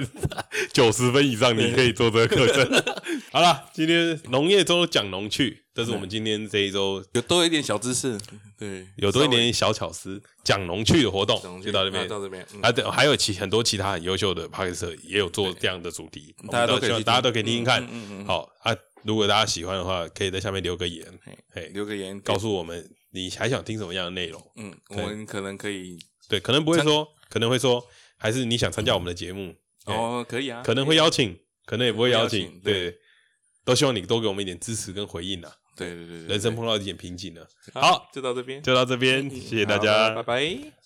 S2: 九十分以上你可以做这个课程。 好了，今天农业周讲农趣，这是我们今天这一周
S3: 有多一点小知识，对，
S2: 有多一点小巧思讲农趣的活动，就到这
S3: 这
S2: 边。
S3: 到这边，嗯
S2: 啊，对，还有其很多其他很优秀的 p a r k e r 也有做这样的主题，
S3: 大家都可以
S2: 希望
S3: 去听
S2: 大家都可以听听看
S3: 嗯嗯嗯。嗯
S2: 好啊，如果大家喜欢的话，可以在下面留个言，嘿，
S3: 留个言
S2: 告，诉我们你还想听什么样的内容。
S3: 嗯，我
S2: 对
S3: 们可能可以，
S2: 对，可能不会说，可能会说，还是你想参加我们的节目，
S3: 哦，可嗯以啊，
S2: 可能会邀请，可能也不会邀
S3: 不会邀
S2: 请，
S3: 请对
S2: 对，都希望你多给我们一点支持跟回应啊。
S3: 对，对对对对，
S2: 人生碰到一点瓶颈了，
S3: 好，
S2: 好
S3: 就到这边，嗯
S2: 就到这边，谢谢大家，
S3: 好拜拜。